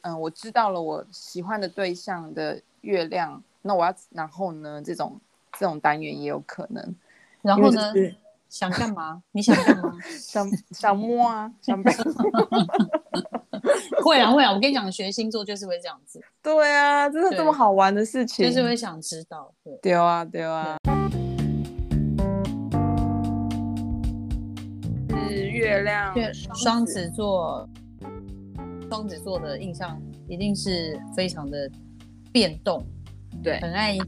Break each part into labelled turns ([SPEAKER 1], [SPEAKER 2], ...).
[SPEAKER 1] 嗯，我知道了我喜欢的对象的月亮，那我要然后呢？这种这种单元也有可能。
[SPEAKER 2] 然后呢
[SPEAKER 1] 因为就是？
[SPEAKER 2] 想干嘛？你想干嘛？
[SPEAKER 1] 想想摸啊，想被。
[SPEAKER 2] 会啊会啊！我跟你讲，学星座就是会这样子，
[SPEAKER 1] 对啊，真的这么好玩的事情，
[SPEAKER 2] 就是会想知道。对，
[SPEAKER 1] 对啊，对啊。是月亮
[SPEAKER 2] 对，双子座，双子座的印象一定是非常的变动，
[SPEAKER 1] 对
[SPEAKER 2] 很爱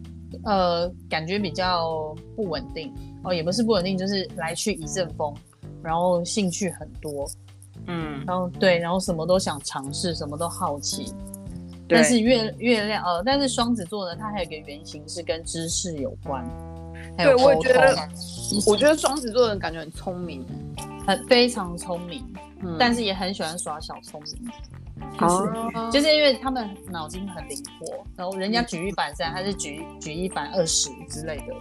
[SPEAKER 2] 呃，感觉比较不稳定哦，也不是不稳定，就是来去一阵风，然后兴趣很多，
[SPEAKER 1] 嗯，
[SPEAKER 2] 然后对，然后什么都想尝试，什么都好奇。
[SPEAKER 1] 对
[SPEAKER 2] 但是月月亮呃，但是双子座呢，它还有一个原型是跟知识有关，还有
[SPEAKER 1] 对我也
[SPEAKER 2] 沟
[SPEAKER 1] 觉得
[SPEAKER 2] 通，
[SPEAKER 1] 我觉得双子座的人感觉很聪明，
[SPEAKER 2] 很非常聪明，
[SPEAKER 1] 嗯
[SPEAKER 2] 但是也很喜欢耍小聪明。
[SPEAKER 1] 哦
[SPEAKER 2] 就是因为他们脑筋很灵活，然后人
[SPEAKER 1] 嗯
[SPEAKER 2] 家举一反三，他是举举一反二十之类的，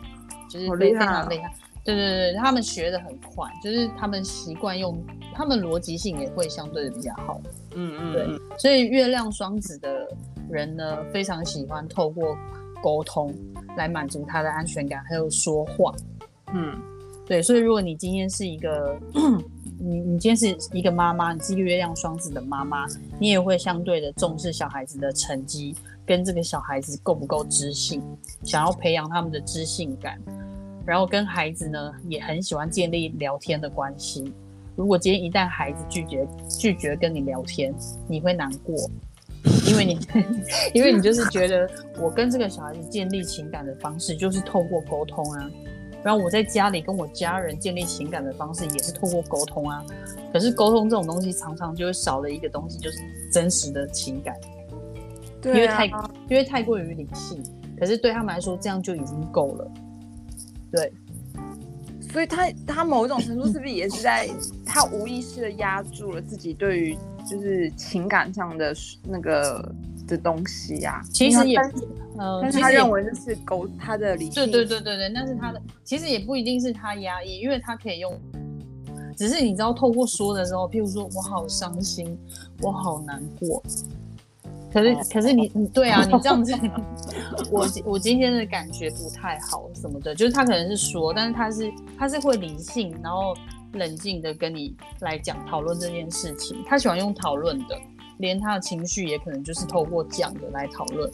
[SPEAKER 2] 就是
[SPEAKER 1] 好
[SPEAKER 2] 非
[SPEAKER 1] 厉
[SPEAKER 2] 非
[SPEAKER 1] 害啊
[SPEAKER 2] 常厉害。对对对，他们学的很快，就是他们习惯用，他们逻辑性也会相对的比较好。
[SPEAKER 1] 嗯嗯
[SPEAKER 2] 对
[SPEAKER 1] 嗯，
[SPEAKER 2] 所以月亮双子的人呢，非常喜欢透过沟通来满足他的安全感，还有说话。
[SPEAKER 1] 嗯，
[SPEAKER 2] 对，所以如果你今天是一个，你你今天是一个妈妈，你是一个月亮双子的妈妈，你也会相对的重视小孩子的成绩，跟这个小孩子够不够知性，想要培养他们的知性感，然后跟孩子呢也很喜欢建立聊天的关系。如果今天一旦孩子拒绝拒绝跟你聊天，你会难过，因为你 因为你就是觉得我跟这个小孩子建立情感的方式就是透过沟通啊，然后我在家里跟我家人建立情感的方式也是透过沟通啊。可是沟通这种东西常常就会少了一个东西，就是真实的情感，
[SPEAKER 1] 对
[SPEAKER 2] 因为
[SPEAKER 1] 啊
[SPEAKER 2] 太因为太过于理性。可是对他们来说，这样就已经够了。对，
[SPEAKER 1] 所以他他某一种程度是不是也是在他无意识的压住了自己对于就是情感上的那个的东西呀、
[SPEAKER 2] 其实也
[SPEAKER 1] 因为他
[SPEAKER 2] 呃，
[SPEAKER 1] 但是但
[SPEAKER 2] 其
[SPEAKER 1] 是他
[SPEAKER 2] 实也
[SPEAKER 1] 认为那是狗他的理
[SPEAKER 2] 对
[SPEAKER 1] 性，
[SPEAKER 2] 对对对对，那是他的，
[SPEAKER 1] 嗯
[SPEAKER 2] 其实也不一定是他压抑，因为他可以用，只是你知道，透过说的时候，譬如说我好伤心，我好难过，可
[SPEAKER 1] 哦
[SPEAKER 2] 是、可是你你对啊，你这 样子，我我今天的感觉不太好什么的，就是他可能是说，但是他是他是会理性，然后冷静的跟你来讲讨论这件事情，他喜欢用讨论的，连他的情绪也可能就是透过讲的来讨论。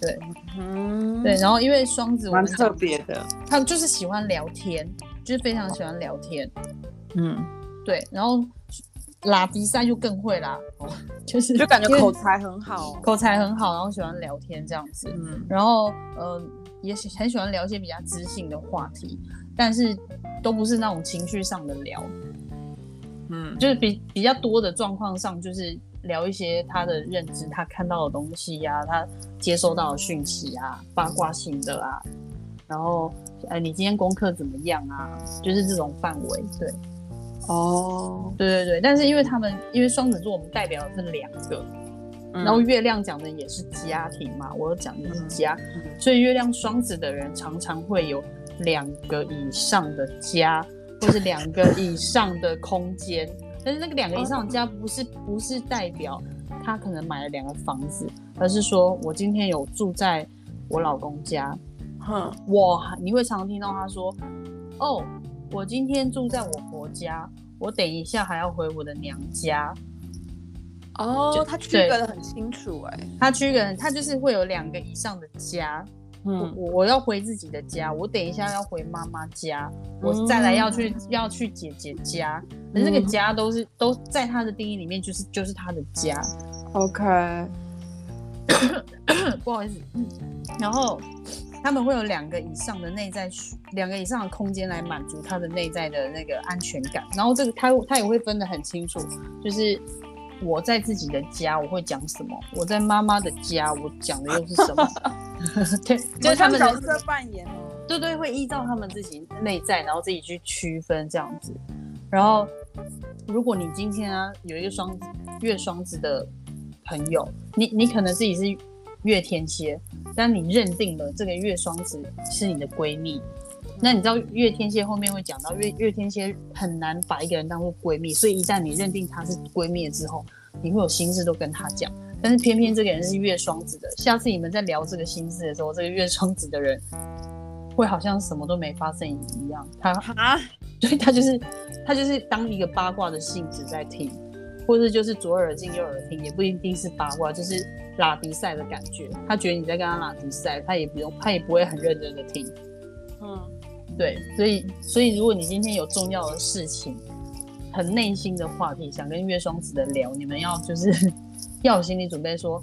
[SPEAKER 2] 对
[SPEAKER 1] 嗯，
[SPEAKER 2] 对，，然后因为双子我
[SPEAKER 1] 蛮
[SPEAKER 2] 们
[SPEAKER 1] 特
[SPEAKER 2] 讲
[SPEAKER 1] 别的，
[SPEAKER 2] 他们就是喜欢聊天，就是非常喜欢聊天。
[SPEAKER 1] 嗯，
[SPEAKER 2] 对，然后拉比赛就更会啦，哦就是
[SPEAKER 1] 就感觉
[SPEAKER 2] 因为
[SPEAKER 1] 口才很好，
[SPEAKER 2] 口才很好，然后喜欢聊天这样子。
[SPEAKER 1] 嗯，
[SPEAKER 2] 然后呃，也喜很喜欢聊一些比较知性的话题，但是都不是那种情绪上的聊，
[SPEAKER 1] 嗯，
[SPEAKER 2] 就是比比较多的状况上，就是聊一些他的认知，他看到的东西呀、他接收到的讯息啊，八卦性的啊，然后呃，你今天功课怎么样啊？就是这种范围，对
[SPEAKER 1] 哦，
[SPEAKER 2] 对对对。但是因为他们，因为双子座我们代表的是两个，
[SPEAKER 1] 嗯
[SPEAKER 2] 然后月亮讲的也是家庭嘛，我讲的是家，
[SPEAKER 1] 嗯
[SPEAKER 2] 所以月亮双子的人常常会有两个以上的家，或是两个以上的 空间。但是那个两个以上的家不是不是代表他可能买了两个房子，而是说我今天有住在我老公家，
[SPEAKER 1] 嗯哼，
[SPEAKER 2] 我你会常听到他说：“哦，我今天住在我婆家，我等一下还要回我的娘家。”
[SPEAKER 1] 哦
[SPEAKER 2] 就，
[SPEAKER 1] 他区隔的很清楚、哎，
[SPEAKER 2] 他区隔，他就是会有两个以上的家，我
[SPEAKER 1] 嗯，
[SPEAKER 2] 我我要回自己的家，我等一下要回妈妈家，我再来要去、要去姐姐家，那那个
[SPEAKER 1] 哦嗯
[SPEAKER 2] 家都是都在他的定义里面，就是就是他的家。
[SPEAKER 1] ，OK，
[SPEAKER 2] 不好意思，嗯然后他们会有两个以上的内在需，两个以上的空间来满足他的内在的那个安全感。然后这个他他也会分得很清楚，就是我在自己的家我会讲什么，我在妈妈的家我讲的又是什么。 对，就是他
[SPEAKER 1] 他
[SPEAKER 2] 们
[SPEAKER 1] 角
[SPEAKER 2] 的
[SPEAKER 1] 色扮演哦，
[SPEAKER 2] 对对，会依照他们自己内在，然后自己去区分这样子。然后，如果你今天啊有一个双子月双子的朋友，你你可能自己是月天蝎，但你认定了这个月双子是你的闺蜜，那你知道月天蝎后面会讲到月月天蝎很难把一个人当做闺蜜，所以一旦你认定她是闺蜜之后，你会有心事都跟他讲。但是偏偏这个人是月双子的，下次你们在聊这个心事的时候，这个月双子的人会好像什么都没发生一样，他
[SPEAKER 1] 啊，
[SPEAKER 2] 对他就是他就是当一个八卦的性质在听，或者就是左耳进右耳听，也不一定是八卦，就是拉迪赛的感觉。他觉得你在跟他拉迪赛，他也不用，他也不会很认真的听。
[SPEAKER 1] 嗯，
[SPEAKER 2] 对，所以所以如果你今天有重要的事情，很内心的话题想跟月双子的聊，你们要就是 要有心理准备说，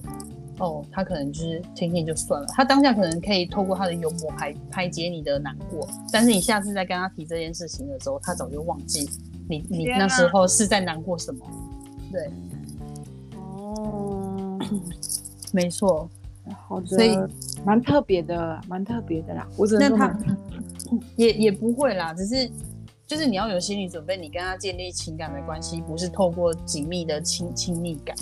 [SPEAKER 2] 哦，他可能就是听听就算了，他当下可能可以透过他的幽默排排解你的难过，但是你下次再跟他提这件事情的时候，他早就忘记你你
[SPEAKER 1] 天
[SPEAKER 2] 那时
[SPEAKER 1] 哪
[SPEAKER 2] 候是在难过什么。对，
[SPEAKER 1] 哦，
[SPEAKER 2] 没错，
[SPEAKER 1] 好的，
[SPEAKER 2] 所以
[SPEAKER 1] 蛮特别的，蛮特别的啦。我只能
[SPEAKER 2] 那
[SPEAKER 1] 说
[SPEAKER 2] 他
[SPEAKER 1] 蛮
[SPEAKER 2] 也也不会啦，只是就是你要有心理准备，你跟他建立情感的关系，不是透过紧密的亲亲密感。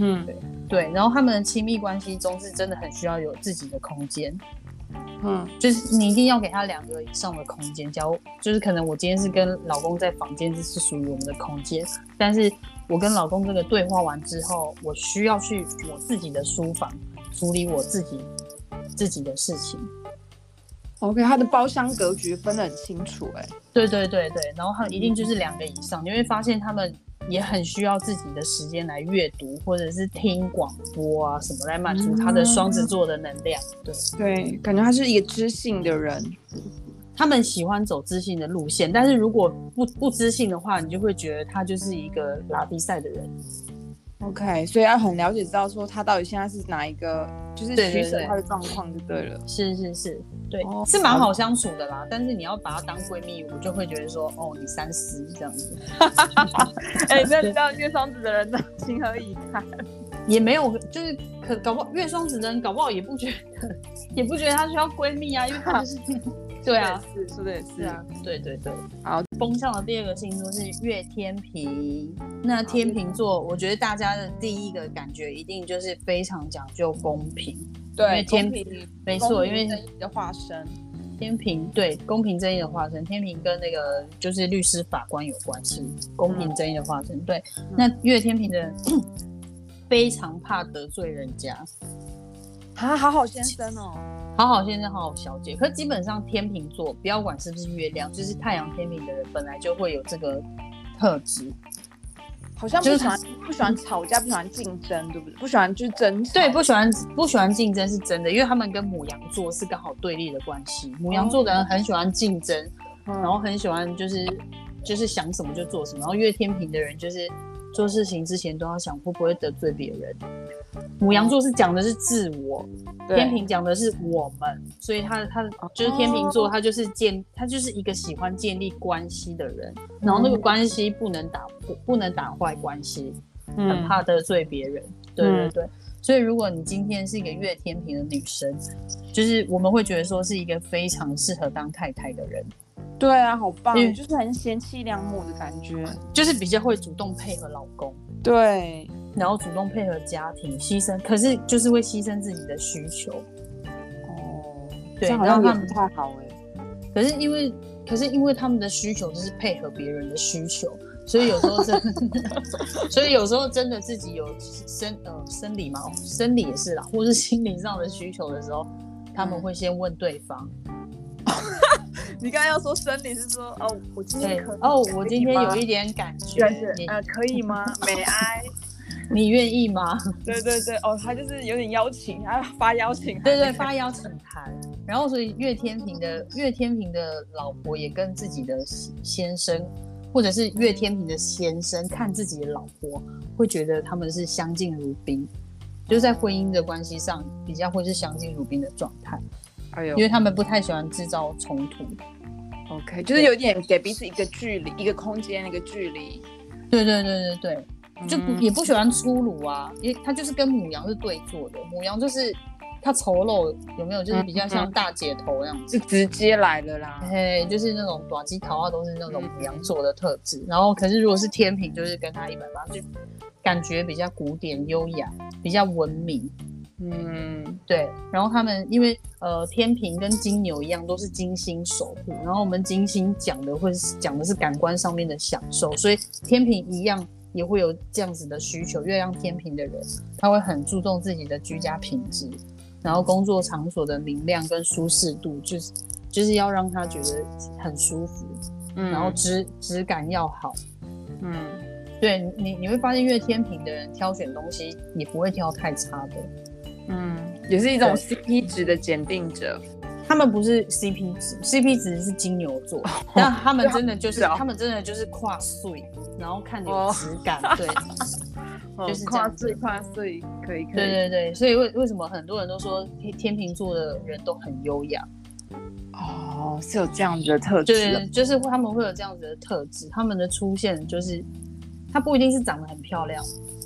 [SPEAKER 1] 嗯
[SPEAKER 2] 对，然后他们的亲密关系中是真的很需要有自己的空间，
[SPEAKER 1] 嗯
[SPEAKER 2] 就是你一定要给他两个以上的空间。假如就是可能我今天是跟老公在房间，这是属于我们的空间，但是我跟老公这个对话完之后，我需要去我自己的书房处理我自己自己的事情。
[SPEAKER 1] ，OK，他的包厢格局分得很清楚、哎，
[SPEAKER 2] 对对对对，然后他们一定就是两个以上，你会发现他们也很需要自己的时间来阅读或者是听广播啊什么来满足他的双子座的能量。对。
[SPEAKER 1] 对，感觉他是一个知性的人，
[SPEAKER 2] 他们喜欢走知性的路线，但是如果不不知性的话，你就会觉得他就是一个拉比赛的人。
[SPEAKER 1] OK，所以要很了解知道说他到底现在是哪一个，就是
[SPEAKER 2] 对对
[SPEAKER 1] 取舍
[SPEAKER 2] 对
[SPEAKER 1] 他的状况就对了。
[SPEAKER 2] 是是是，对，
[SPEAKER 1] 哦
[SPEAKER 2] 是蛮好相处的啦。但是你要把她当闺蜜，我就会觉得说，哦，你三思这样子，
[SPEAKER 1] 哎、那你知道月双子的人呢，情何以堪？
[SPEAKER 2] 也没有，就是可搞不好月双子的人搞不好也不觉得，也不觉得她需要闺蜜啊，因为 她就是，对啊，，
[SPEAKER 1] 是说的也是
[SPEAKER 2] 是啊，对对对。
[SPEAKER 1] 好，
[SPEAKER 2] 风象的第二个星座是月天平。那天平座，我觉得大家的第一个感觉一定就是非常讲究公平。因为
[SPEAKER 1] 对，
[SPEAKER 2] 天
[SPEAKER 1] 平
[SPEAKER 2] 没错，因为
[SPEAKER 1] 你的化身，
[SPEAKER 2] 天平对公平正义的化身，天平跟那个就是律师法官有关系，公平正义的化身。对，那月天平的人非常怕得罪人家，
[SPEAKER 1] 啊，好好先生哦，
[SPEAKER 2] 好好先生，好好小姐。可基本上天平座，不要管是不是月亮，就是太阳天平的人本来就会有这个特质。
[SPEAKER 1] 好像
[SPEAKER 2] 就
[SPEAKER 1] 不
[SPEAKER 2] 是
[SPEAKER 1] 喜欢不喜欢吵架，不喜欢竞争，对不对？不喜欢就是争吵，
[SPEAKER 2] 对，不喜欢不喜欢竞争是真的，因为他们跟母羊座是刚好对立的关系。母羊座的人很喜欢竞争，
[SPEAKER 1] 嗯，
[SPEAKER 2] 然后很喜欢就是就是想什么就做什么，然后月天平的人就是做事情之前都要想会不会得罪别人。母羊座是讲的是自我，
[SPEAKER 1] 对
[SPEAKER 2] 天平讲的是我们，所以他他就是天平座，他就是建他就是一个喜欢建立关系的人，然后那个关系不能打破，不能打坏关系，很怕得罪别人。对对
[SPEAKER 1] 嗯
[SPEAKER 2] 对，所以如果你今天是一个月天平的女生，就是我们会觉得说是一个非常适合当太太的人。
[SPEAKER 1] 嗯对啊，好棒
[SPEAKER 2] 因为，
[SPEAKER 1] 就是很贤妻良母的感觉，
[SPEAKER 2] 就是比较会主动配合老公，
[SPEAKER 1] 对，
[SPEAKER 2] 然后主动配合家庭，牺牲，可是就是会牺牲自己的需求。
[SPEAKER 1] 哦，
[SPEAKER 2] 对
[SPEAKER 1] 这样好
[SPEAKER 2] 然
[SPEAKER 1] 像
[SPEAKER 2] 后他
[SPEAKER 1] 也
[SPEAKER 2] 们
[SPEAKER 1] 不太好哎、
[SPEAKER 2] 可是因为，可是因为他们的需求就是配合别人的需求，所以有时候真， 所以有时候真的自己有生呃生理嘛，哦生理也是啦，或是心灵上的需求的时候，他
[SPEAKER 1] 嗯
[SPEAKER 2] 们会先问对方，
[SPEAKER 1] 你刚才要说生理是说哦，我今
[SPEAKER 2] 对
[SPEAKER 1] 天可以
[SPEAKER 2] 哦，我今天有
[SPEAKER 1] 可以吗
[SPEAKER 2] 一点感觉
[SPEAKER 1] 感觉，
[SPEAKER 2] 你
[SPEAKER 1] 呃可以吗？美哀，
[SPEAKER 2] 你愿意吗？
[SPEAKER 1] 对对对，哦，他就是有点邀请，他发邀请函，
[SPEAKER 2] 对对，发邀请函。然后所以岳天平的岳天平的老婆也跟自己的先生，或者是岳天平的先生看自己的老婆，会觉得他们是相敬如宾，就是在婚姻的关系上比较会是相敬如宾的状态，
[SPEAKER 1] 哎呦
[SPEAKER 2] 因为他们不太喜欢制造冲突。
[SPEAKER 1] ，OK，就是有点给彼此一个距离，一个空间，一个距离，
[SPEAKER 2] 对对对对对，就不、
[SPEAKER 1] 嗯
[SPEAKER 2] 也不喜欢粗鲁啊，因为他就是跟母羊是对坐的，母羊就是。他丑陋有没有？就是比较像大姐头那样子。
[SPEAKER 1] 就直接来了啦。
[SPEAKER 2] 嘿，就是那种短期桃花都是那种
[SPEAKER 1] 啊嗯
[SPEAKER 2] 母羊座的特质，然后可是如果是天平，就是跟他一百八，就感觉比较古典优雅，比较文明。
[SPEAKER 1] 嗯，
[SPEAKER 2] 对，然后他们因为呃天平跟金牛一样都是金星守护，然后我们金星讲的会是讲的是感官上面的享受，所以天平一样也会有这样子的需求。月亮天平的人，他会很注重自己的居家品质，然后工作场所的明亮跟舒适度，就是就是要让他觉得很舒服，
[SPEAKER 1] 嗯
[SPEAKER 2] 然后质质感要好。
[SPEAKER 1] 嗯，
[SPEAKER 2] 对你，你会发现月天平的人挑选东西也不会挑太差的，
[SPEAKER 1] 嗯，也是一种
[SPEAKER 2] 对
[SPEAKER 1] CP 值的检定者。
[SPEAKER 2] 他们不是 CP 值，CP 值是金牛座，但他们真的就是，
[SPEAKER 1] 是哦啊
[SPEAKER 2] 他们真的就是跨岁，然后看有
[SPEAKER 1] 哦
[SPEAKER 2] 质 感，对，就是这
[SPEAKER 1] 跨
[SPEAKER 2] 样子
[SPEAKER 1] 岁，哦跨岁可以可
[SPEAKER 2] 对
[SPEAKER 1] 以。
[SPEAKER 2] 对对，所以为为什么很多人都说天天秤座的人都很优雅，
[SPEAKER 1] 哦，是有这样子的特质的。
[SPEAKER 2] 对，就是他们会有这样子的特质，他们的出现就是，他不一定是长得很漂亮，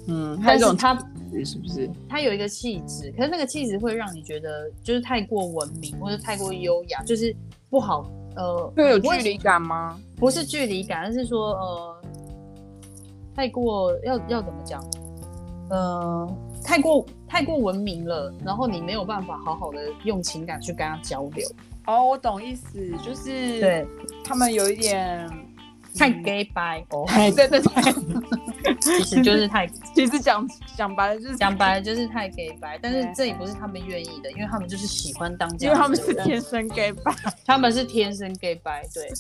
[SPEAKER 1] 嗯，还有一
[SPEAKER 2] 但是
[SPEAKER 1] 种
[SPEAKER 2] 他
[SPEAKER 1] 质是不是？
[SPEAKER 2] 他有一个气质，可是那个气质会让你觉得就是太过文明或者太过优雅，就是不好，呃，
[SPEAKER 1] 会有
[SPEAKER 2] 不
[SPEAKER 1] 距
[SPEAKER 2] 会
[SPEAKER 1] 离感吗？
[SPEAKER 2] 不是距离感，而是说呃，太过要要怎么讲？呃，太过太过文明了，然后你没有办法好好的用情感去跟他交流，
[SPEAKER 1] 哦，我懂意思，就是
[SPEAKER 2] 对，
[SPEAKER 1] 他们有一点
[SPEAKER 2] 太
[SPEAKER 1] 嗯
[SPEAKER 2] gay 白哦，
[SPEAKER 1] 对对对，
[SPEAKER 2] 其实就是太
[SPEAKER 1] 其实讲讲白了就是
[SPEAKER 2] 讲，白了就是太 gay 白，但是
[SPEAKER 1] 对
[SPEAKER 2] 这也不是他们愿意的，因为他们就是喜欢当这
[SPEAKER 1] 因
[SPEAKER 2] 样
[SPEAKER 1] 为
[SPEAKER 2] 子
[SPEAKER 1] 他们
[SPEAKER 2] 的
[SPEAKER 1] 是
[SPEAKER 2] 人
[SPEAKER 1] 天生 gay 吧。
[SPEAKER 2] 他们是天生 gay 白，对。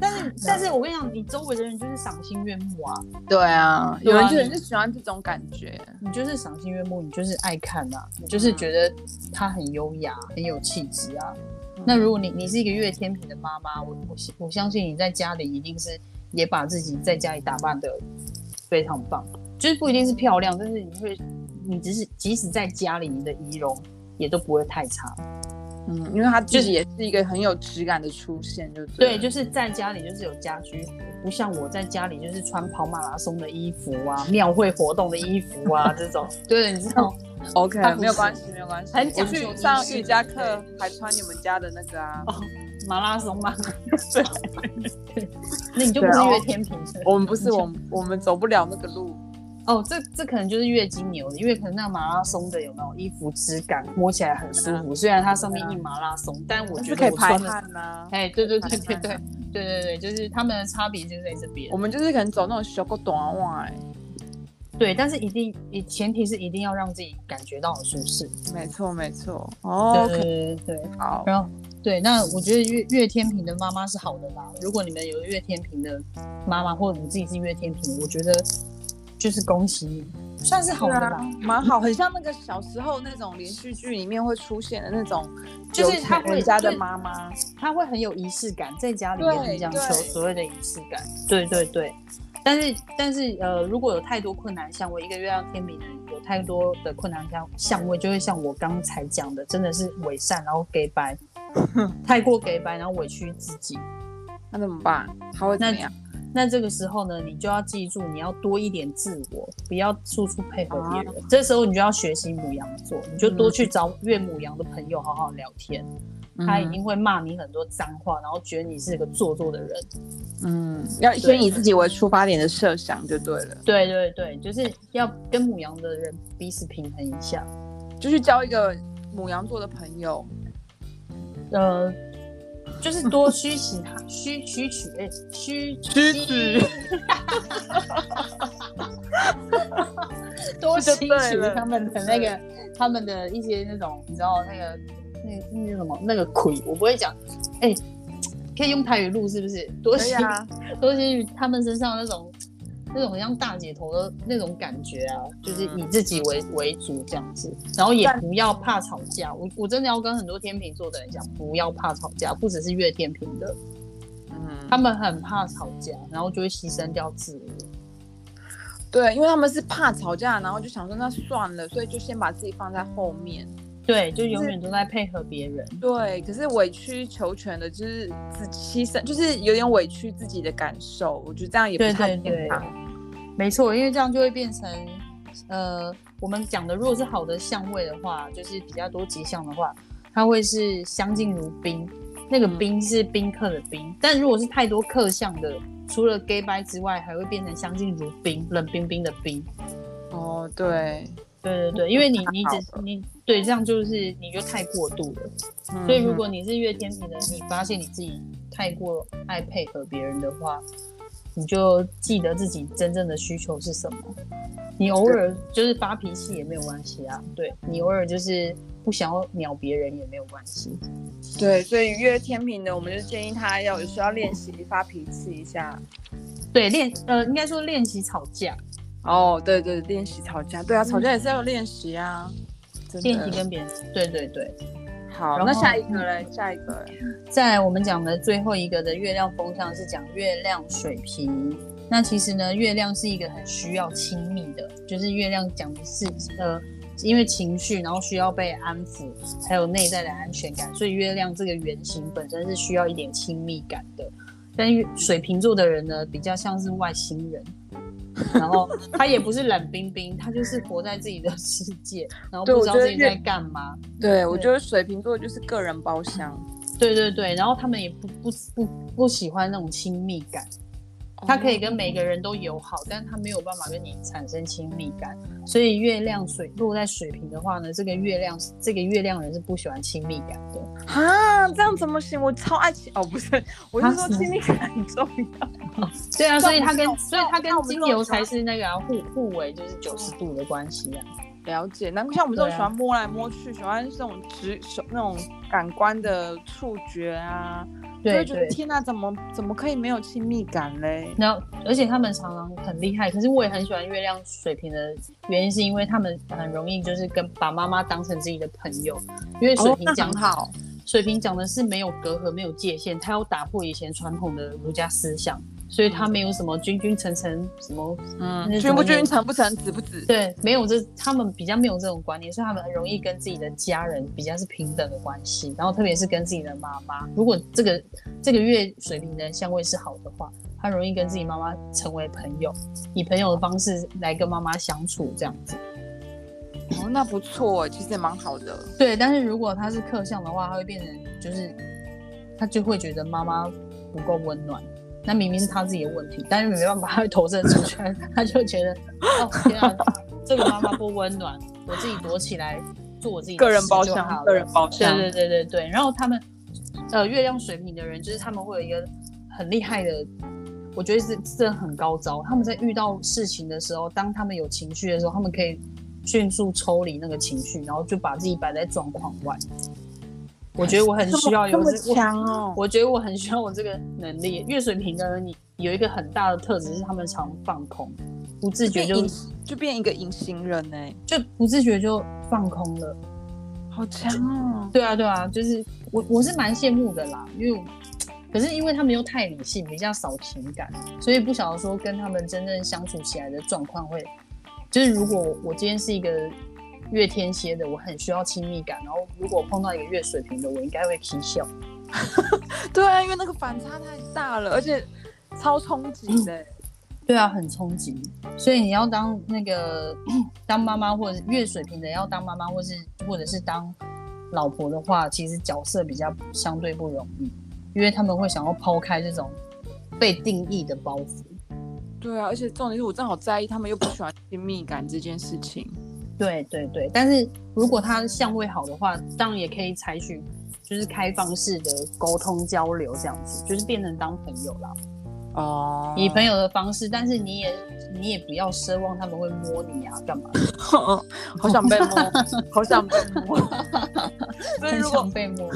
[SPEAKER 2] 但是但是我跟你讲，你周围的人就是赏心悦目啊，
[SPEAKER 1] 对啊，有
[SPEAKER 2] 对啊
[SPEAKER 1] 人就
[SPEAKER 2] 你
[SPEAKER 1] 很喜欢这种感觉。
[SPEAKER 2] 你就是赏心悦目，你就是爱看啊，你就是觉得他很优雅，很有气质啊。那如果你你是一个月天平的妈妈，我我相我相信你在家里一定是也把自己在家里打扮的非常棒，就是不一定是漂亮，但是你会，你只是即使在家里，你的仪容也都不会太差。
[SPEAKER 1] 嗯，因为他
[SPEAKER 2] 就
[SPEAKER 1] 自
[SPEAKER 2] 是
[SPEAKER 1] 己也是一个很有质感的出现，就
[SPEAKER 2] 对，啊
[SPEAKER 1] 了
[SPEAKER 2] 就是在家里就是有家居服，不像我在家里就是穿跑马拉松的衣服啊、庙会活动的衣服啊这种。 对，你知道，
[SPEAKER 1] OK，
[SPEAKER 2] 他不是
[SPEAKER 1] 没有关系，没有关系。
[SPEAKER 2] 很讲究
[SPEAKER 1] 我去上
[SPEAKER 2] 仪式
[SPEAKER 1] 瑜伽课，还穿你们家的那个啊。
[SPEAKER 2] 马拉松嘛。对， 那你就不
[SPEAKER 1] 对
[SPEAKER 2] 是
[SPEAKER 1] 哦
[SPEAKER 2] 月天平的
[SPEAKER 1] 我们不是，
[SPEAKER 2] 你就
[SPEAKER 1] 我们我们走不了那个路。
[SPEAKER 2] 哦，这这可能就是月经牛的，因为可能那马拉松的有没有衣服质感摸起来很舒服，虽然它上面印马拉松，但我觉
[SPEAKER 1] 嗯是
[SPEAKER 2] 得
[SPEAKER 1] 可以
[SPEAKER 2] 我
[SPEAKER 1] 排
[SPEAKER 2] 穿的，
[SPEAKER 1] 汗啊。
[SPEAKER 2] 哎，对对对对
[SPEAKER 1] 排
[SPEAKER 2] 对对对对，就是他们的差别就在这边
[SPEAKER 1] 我。们就是可能走那种小狗短袜，哎
[SPEAKER 2] 对，但是一定，一前提是一定要让自己感觉到很舒适。
[SPEAKER 1] 没错没错。哦
[SPEAKER 2] 对
[SPEAKER 1] ，OK，
[SPEAKER 2] 对对对。
[SPEAKER 1] 好，
[SPEAKER 2] 然后对，那我觉得月月天平的妈妈是好的啦。如果你们有月天平的妈妈，或者你自己是月天平，我觉得就是恭喜你，算是好的啦。
[SPEAKER 1] 啊蛮好，很像那个小时候那种连续剧里面会出现的那种，
[SPEAKER 2] 就是他
[SPEAKER 1] 他
[SPEAKER 2] 会
[SPEAKER 1] 们家的
[SPEAKER 2] 对
[SPEAKER 1] 妈妈。
[SPEAKER 2] 她会很有仪式感，在家里
[SPEAKER 1] 对
[SPEAKER 2] 也很讲求
[SPEAKER 1] 对
[SPEAKER 2] 所谓的仪式感。对对对，但是但是呃，如果有太多困难项位，一个月亮天平的人有太多的困难项项位，就会像我刚才讲的，真的是伪善，然后给白， 太过给白，然后委屈自己。
[SPEAKER 1] 那怎么办？他会怎么样？
[SPEAKER 2] 那这个时候呢，你就要记住，你要多一点自我，不要处处配合别人。这时候你就要学习母羊座，你就多去找岳母羊的朋友好好聊天，
[SPEAKER 1] 嗯
[SPEAKER 2] 他一定会骂你很多脏话，然后觉得你是个做作的人。
[SPEAKER 1] 嗯，嗯要先以自己为出发点的设想就对了，
[SPEAKER 2] 对对对，就是要跟母羊的人彼此平衡一下。
[SPEAKER 1] 就去交一个母羊座的朋友。
[SPEAKER 2] 呃，就 是多虚其他虚取取哎虚
[SPEAKER 1] 虚取，
[SPEAKER 2] 多吸
[SPEAKER 1] 就
[SPEAKER 2] 取
[SPEAKER 1] 对了
[SPEAKER 2] 他们的那个他们的一些那种你知道那个那那个什么那个魁，我不会讲，哎、可以用台语录是不是？多
[SPEAKER 1] 可
[SPEAKER 2] 吸、
[SPEAKER 1] 以啊，
[SPEAKER 2] 多吸取他们身上那种那种很像大姐头的那种感觉啊，就是以自己为为主这样子，然后也
[SPEAKER 1] 但
[SPEAKER 2] 不要怕吵架。我我真的要跟很多天秤座的人讲，不要怕吵架，不只是月天平的，
[SPEAKER 1] 嗯，
[SPEAKER 2] 他们很怕吵架，然后就会牺牲掉自我。
[SPEAKER 1] 对，因为他们是怕吵架，然后就想说那算了，所以就先把自己放在后面。
[SPEAKER 2] 对，就永远都在配合别人。
[SPEAKER 1] 对，可是委曲求全的，就是自牺牲，就是有点委屈自己的感受，我觉得这样也
[SPEAKER 2] 对
[SPEAKER 1] 不太
[SPEAKER 2] 对
[SPEAKER 1] 健
[SPEAKER 2] 对
[SPEAKER 1] 康。，
[SPEAKER 2] 没错，因为这样就会变成，呃，我们讲的如果是好的相位的话，就是比较多吉祥的话，它会是相敬如宾，那个
[SPEAKER 1] 嗯
[SPEAKER 2] 宾是宾客的宾，但如果是太多客相的，除了 gay bye 之外，还会变成相敬如宾，冷冰冰的冰。
[SPEAKER 1] 哦，对，
[SPEAKER 2] 对对对，因为你你
[SPEAKER 1] 太
[SPEAKER 2] 只
[SPEAKER 1] 好了
[SPEAKER 2] 你对这样就是你就太过度了，
[SPEAKER 1] 嗯
[SPEAKER 2] 所以如果你是月天平的，你发现你自己太过爱配合别人的话，你就记得自己真正的需求是什么。你偶尔就是发脾气也没有关系啊，对你偶尔就是不想要鸟别人也没有关系。
[SPEAKER 1] 对，所以约天平的，我们就建议他要有时候要练习发脾气一下。
[SPEAKER 2] 对，练呃，应该说练习吵架，
[SPEAKER 1] 哦，对对，练习吵架，对啊，吵架也是要有练习啊。真的
[SPEAKER 2] 练习跟别人。对对对。
[SPEAKER 1] 好，
[SPEAKER 2] 然后
[SPEAKER 1] 那下一个嘞，下一个嘞，
[SPEAKER 2] 再来我们讲的最后一个的月亮风象是讲月亮水瓶。那其实呢，月亮是一个很需要亲密的，就是月亮讲的是呃，因为情绪，然后需要被安抚，还有内在的安全感，所以月亮这个原型本身是需要一点亲密感的。但是水瓶座的人呢，比较像是外星人，然后他也不是冷冰冰，他就是活在自己的世界，然后
[SPEAKER 1] 对
[SPEAKER 2] 不
[SPEAKER 1] 我
[SPEAKER 2] 知道
[SPEAKER 1] 觉得
[SPEAKER 2] 自己在
[SPEAKER 1] 月
[SPEAKER 2] 干嘛。
[SPEAKER 1] 对我
[SPEAKER 2] 对
[SPEAKER 1] 觉得水瓶座就是个人包厢，
[SPEAKER 2] 对对对，然后他们也不不不不喜欢那种亲密感，他可以跟每个人都友好，但他没有办法跟你产生亲密感。所以月亮水落在水瓶的话呢，这个月亮这个月亮人是不喜欢亲密感的。
[SPEAKER 1] 啊，这样怎么行？我超爱亲哦，不是，我是
[SPEAKER 2] 啊
[SPEAKER 1] 说
[SPEAKER 2] 是吗
[SPEAKER 1] 亲密感很重要。
[SPEAKER 2] 对啊，所以
[SPEAKER 1] 那
[SPEAKER 2] 他
[SPEAKER 1] 我们
[SPEAKER 2] 跟
[SPEAKER 1] 这种
[SPEAKER 2] 所以他跟
[SPEAKER 1] 那我们这
[SPEAKER 2] 金
[SPEAKER 1] 种
[SPEAKER 2] 牛才是那个、啊、互互为就是九十度的关系啊。
[SPEAKER 1] 了解，难怪像我们这种
[SPEAKER 2] 对啊
[SPEAKER 1] 喜欢摸来摸去，喜欢这种直手那种感官的触觉啊，就
[SPEAKER 2] 对
[SPEAKER 1] 会觉得
[SPEAKER 2] 对，
[SPEAKER 1] 天哪，怎么怎么可以没有亲密感嘞？
[SPEAKER 2] 然后而且他们常常很厉害，可是我也很喜欢月亮水瓶的原因是因为他们很容易就是跟把妈妈当成自己的朋友，因为水瓶
[SPEAKER 1] 讲
[SPEAKER 2] 讲
[SPEAKER 1] 好，
[SPEAKER 2] 水瓶讲的是没有隔阂、没有界限，他要打破以前传统的儒家思想，所以他没有什么君君臣臣什么，
[SPEAKER 1] 嗯
[SPEAKER 2] 那，
[SPEAKER 1] 君不
[SPEAKER 2] 怎么
[SPEAKER 1] 君，
[SPEAKER 2] 念
[SPEAKER 1] 臣不臣，子不子。
[SPEAKER 2] 对，没有这他们比较没有这种观念，所以他们很容易跟自己的家人比较是平等的关系，然后特别是跟自己的妈妈，如果这个这个月水瓶的相位是好的话，他容易跟自己妈妈成为朋友，以朋友的方式来跟妈妈相处这样子。
[SPEAKER 1] 哦，那不错，其实也蛮好的。
[SPEAKER 2] 对，但是如果他是克相的话，他会变成就是他就会觉得妈妈不够温暖。那明明是他自己的问题，但是没办法，他会投射出去， 他就觉得哦天啊，这个妈妈不温暖，我自己躲起来做我自己的
[SPEAKER 1] 个人
[SPEAKER 2] 事
[SPEAKER 1] 包
[SPEAKER 2] 就
[SPEAKER 1] 厢
[SPEAKER 2] 好
[SPEAKER 1] 个
[SPEAKER 2] 了
[SPEAKER 1] 人包厢
[SPEAKER 2] 对对对对对。然后他们呃，月亮水瓶的人，就是他们会有一个很厉害的，我觉得是这很高招。他们在遇到事情的时候，当他们有情绪的时候，他们可以迅速抽离那个情绪，然后就把自己摆在状况外。我觉得我很需要有
[SPEAKER 1] 这么
[SPEAKER 2] 这
[SPEAKER 1] 这么
[SPEAKER 2] 我
[SPEAKER 1] 强哦。
[SPEAKER 2] 我觉得我很需要我这个能力。月水瓶的人，你有一个很大的特质是他们常放空，不自觉就
[SPEAKER 1] 变就变一个隐形人哎、
[SPEAKER 2] 就不自觉就放空了。
[SPEAKER 1] 好强哦！
[SPEAKER 2] 对啊，对啊，就是我我是蛮羡慕的啦，因为我可是因为他们又太理性，比较少情感，所以不晓得说跟他们真正相处起来的状况会，就是如果我今天是一个月天蝎的，我很需要亲密感，然后如果碰到一个月水瓶的，我应该会啼笑。
[SPEAKER 1] 对啊，因为那个反差太大了，而且超冲击的、欸
[SPEAKER 2] 对啊，很冲击，所以你要当那个当妈妈，或者是月水平的要当妈妈，或是或者是当老婆的话，其实角色比较相对不容易，因为他们会想要抛开这种被定义的包袱。
[SPEAKER 1] 对啊，而且重点是我正好在意他们又不喜欢亲密感这件事情。
[SPEAKER 2] 对对对，但是如果他相位好的话，当然也可以采取就是开放式的沟通交流这样子，就是变成当朋友啦。
[SPEAKER 1] 哦
[SPEAKER 2] 以朋友的方式，但是你也你也不要奢望他们会摸你啊，干嘛？
[SPEAKER 1] 友 好想 被摸，好想被摸。 所以
[SPEAKER 2] 很
[SPEAKER 1] 如 果
[SPEAKER 2] 想被摸。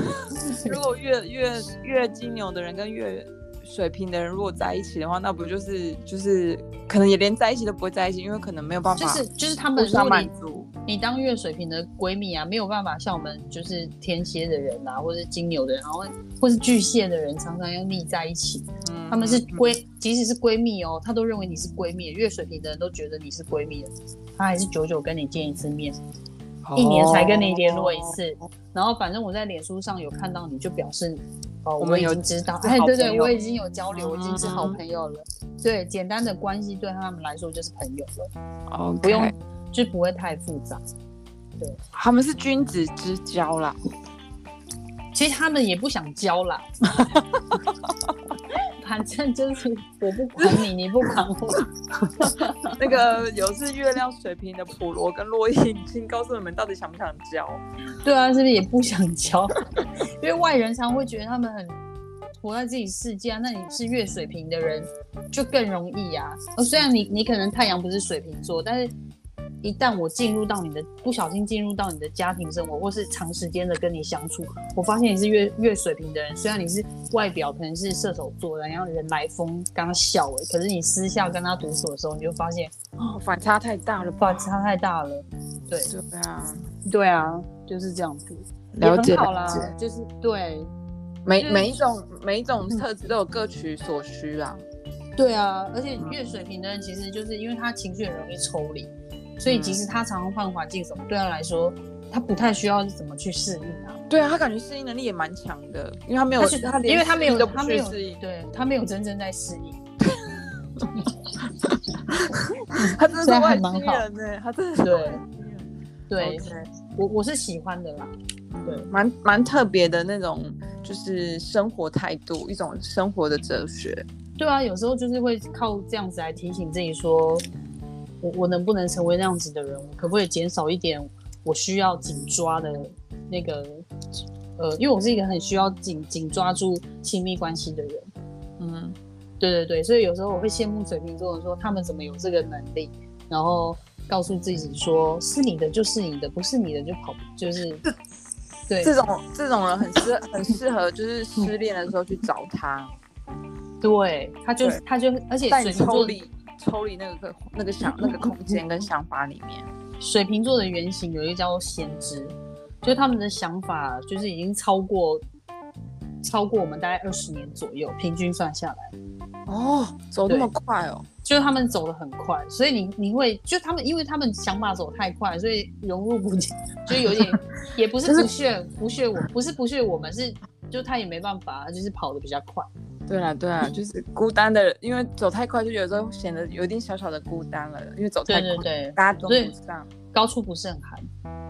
[SPEAKER 1] 如果越越越金牛的人跟越水瓶的人如果在一起的话，那不就是就是可能也连在一起都不会在一起，因为可能没有办法
[SPEAKER 2] 就是就是他
[SPEAKER 1] 互
[SPEAKER 2] 们，如
[SPEAKER 1] 相
[SPEAKER 2] 果
[SPEAKER 1] 满
[SPEAKER 2] 你
[SPEAKER 1] 足。
[SPEAKER 2] 你当月水瓶的闺蜜啊，没有办法像我们就是天蝎的人啊，或是金牛的人，然后或是巨蟹的人，常常要腻在一起。
[SPEAKER 1] 嗯
[SPEAKER 2] 他们是闺，即使是闺蜜哦，她都认为你是闺蜜。月水瓶的人都觉得你是闺蜜的，她还是久久跟你见一次面，
[SPEAKER 1] 哦
[SPEAKER 2] 一年才跟你联络一。次。然后反正我在脸书上有看到你，就表示。哦，
[SPEAKER 1] 我
[SPEAKER 2] 我
[SPEAKER 1] 们
[SPEAKER 2] 已
[SPEAKER 1] 有
[SPEAKER 2] 经知道，
[SPEAKER 1] 是
[SPEAKER 2] 哎，
[SPEAKER 1] 好
[SPEAKER 2] 对
[SPEAKER 1] 朋
[SPEAKER 2] 对，
[SPEAKER 1] 友
[SPEAKER 2] 我已经有交流，我已经是好
[SPEAKER 1] 嗯
[SPEAKER 2] 朋友了。对，简单的关系对他们来说就是朋友了，
[SPEAKER 1] 哦，
[SPEAKER 2] 不用，就不会太复杂。
[SPEAKER 1] 他们是君子之交啦。
[SPEAKER 2] 其实他们也不想交啦，反正就是我不管你，你不管我。
[SPEAKER 1] 那个有是月亮水瓶的普罗跟洛伊，请告诉你们到底想不想交？
[SPEAKER 2] 对啊，是不是也不想交？因为外人常会觉得他们很活在自己世界啊。那你是月水瓶的人，就更容易啊。哦，虽然你你可能太阳不是水瓶座，但是一旦我进入到你的不小心进入到你的家庭生活，或是长时间的跟你相处，我发现你是月月水瓶的人。虽然你是外表可能是射手座的，然后人来疯跟他笑诶、可是你私下跟他独处的时候，你就发现啊
[SPEAKER 1] 哦，反差太大了吧
[SPEAKER 2] 哇，？差太大了。对
[SPEAKER 1] 对啊，
[SPEAKER 2] 对啊，就是这样子，
[SPEAKER 1] 了解
[SPEAKER 2] 也很好啦
[SPEAKER 1] 了解，
[SPEAKER 2] 就是对。
[SPEAKER 1] 每
[SPEAKER 2] 就是
[SPEAKER 1] 每一种每一种特质都有各取所需啊。
[SPEAKER 2] 对啊，而
[SPEAKER 1] 嗯
[SPEAKER 2] 且越水平的人，其实就是因为他情绪很容易抽离，所以
[SPEAKER 1] 嗯
[SPEAKER 2] 即使他常常换环境什么，对他来说，他不太需要怎么去适应啊。
[SPEAKER 1] 对啊，他感觉适应能力也蛮强的，因为他没有
[SPEAKER 2] 他是，
[SPEAKER 1] 连
[SPEAKER 2] 因为他
[SPEAKER 1] 适
[SPEAKER 2] 没
[SPEAKER 1] 应
[SPEAKER 2] 有，
[SPEAKER 1] 都不
[SPEAKER 2] 他没
[SPEAKER 1] 去
[SPEAKER 2] 有
[SPEAKER 1] 适应，，
[SPEAKER 2] 对他没有真正在适应。
[SPEAKER 1] 他真的
[SPEAKER 2] 虽
[SPEAKER 1] 是
[SPEAKER 2] 然还
[SPEAKER 1] 外
[SPEAKER 2] 蛮
[SPEAKER 1] 星
[SPEAKER 2] 好
[SPEAKER 1] 人呢，他真的是
[SPEAKER 2] 对
[SPEAKER 1] 外星人
[SPEAKER 2] 对
[SPEAKER 1] OK
[SPEAKER 2] 我我是喜欢的啦。对
[SPEAKER 1] 蛮蛮特别的那种，就是生活态度，一种生活的哲学。
[SPEAKER 2] 对啊，有时候就是会靠这样子来提醒自己说，我我能不能成为那样子的人？我可不可以减少一点我需要紧抓的那个呃，因为我是一个很需要紧紧抓住亲密关系的人。
[SPEAKER 1] 嗯，
[SPEAKER 2] 对对对，所以有时候我会羡慕水瓶座，说他们怎么有这个能力，然后告诉自己说，是你的就是你的，不是你的就跑，就是对
[SPEAKER 1] 这种这种人很适很适合，就是失恋的时候去找他，
[SPEAKER 2] 对，他就
[SPEAKER 1] 对
[SPEAKER 2] 他就，而且
[SPEAKER 1] 带
[SPEAKER 2] 水
[SPEAKER 1] 你
[SPEAKER 2] 瓶
[SPEAKER 1] 抽
[SPEAKER 2] 座
[SPEAKER 1] 离抽离那个那个想那个空间跟想法里面。
[SPEAKER 2] 水瓶座的原型有一个叫先知，就是他们的想法就是已经超过超过我们大概二十年左右，平均算下来，
[SPEAKER 1] 哦，走那么快哦，
[SPEAKER 2] 就是他们走得很快，所以你你会就他们，因为他们想法走太快，所以融入不进， 就是有点也不是不屑不屑我，不是不屑我们，是就他也没办法，他就是跑得比较快。
[SPEAKER 1] 对啦对
[SPEAKER 2] 嗯
[SPEAKER 1] 啦，就是孤单的，因为走太快就有时候显得有点小小的孤单了，因为走太
[SPEAKER 2] 对
[SPEAKER 1] 快，
[SPEAKER 2] 对对，
[SPEAKER 1] 大家都
[SPEAKER 2] 对
[SPEAKER 1] 不上。
[SPEAKER 2] 高处不胜寒。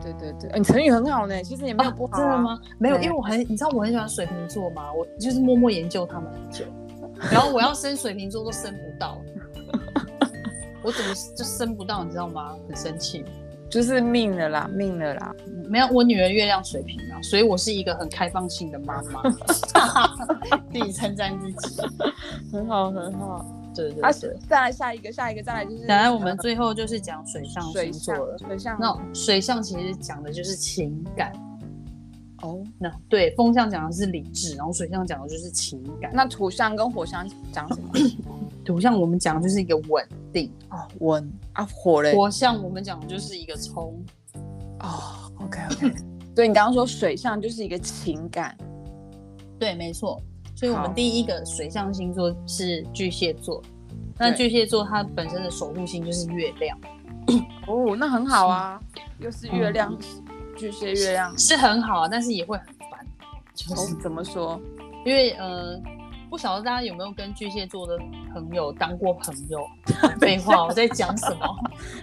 [SPEAKER 1] 对对对，呃你成语很好呢，其实也没有不好、啊
[SPEAKER 2] 哦真的？吗？没有，
[SPEAKER 1] 对
[SPEAKER 2] 因为我很，你知道我很喜欢水瓶座嘛，我就是默默研究他们很久，然后我要升水瓶座都升不到，我怎么就升不到？你知道吗？很生气。
[SPEAKER 1] 就是命了啦，命了啦。
[SPEAKER 2] 没有，我女儿月亮水瓶啊，所以我是一个很开放性的妈妈， 自己称赞自己。
[SPEAKER 1] 很好，很好。
[SPEAKER 2] 对对
[SPEAKER 1] 啊，
[SPEAKER 2] 对。
[SPEAKER 1] 再来下一个，下一个，再来就是。
[SPEAKER 2] 当然，我们最后就是讲水象
[SPEAKER 1] 水
[SPEAKER 2] 星座
[SPEAKER 1] 象
[SPEAKER 2] 了，。
[SPEAKER 1] 水象。
[SPEAKER 2] 那水象其实讲的就是情感，
[SPEAKER 1] 哦，
[SPEAKER 2] 那对风象讲的是理智，然后水象讲的就是情感。
[SPEAKER 1] 那土象跟火象讲什么？
[SPEAKER 2] 土象我们讲的就是一个稳定，
[SPEAKER 1] 哦，温啊，火嘞。
[SPEAKER 2] 火象我们讲的就是一个冲，
[SPEAKER 1] 哦，OK OK。所以你刚刚说水象就是一个情感，
[SPEAKER 2] 对，没错。所以我们
[SPEAKER 1] 好
[SPEAKER 2] 第一个水象星座是巨蟹座，那
[SPEAKER 1] 对
[SPEAKER 2] 巨蟹座它本身的守护星就是月亮，
[SPEAKER 1] 哦，那很好啊，又是月亮，巨蟹月亮。
[SPEAKER 2] 是很好啊，但是也会很烦，就是
[SPEAKER 1] 哦，怎么说？
[SPEAKER 2] 因为呃，不晓得大家有没有跟巨蟹座的朋友当过朋 友？废话，我在讲什么？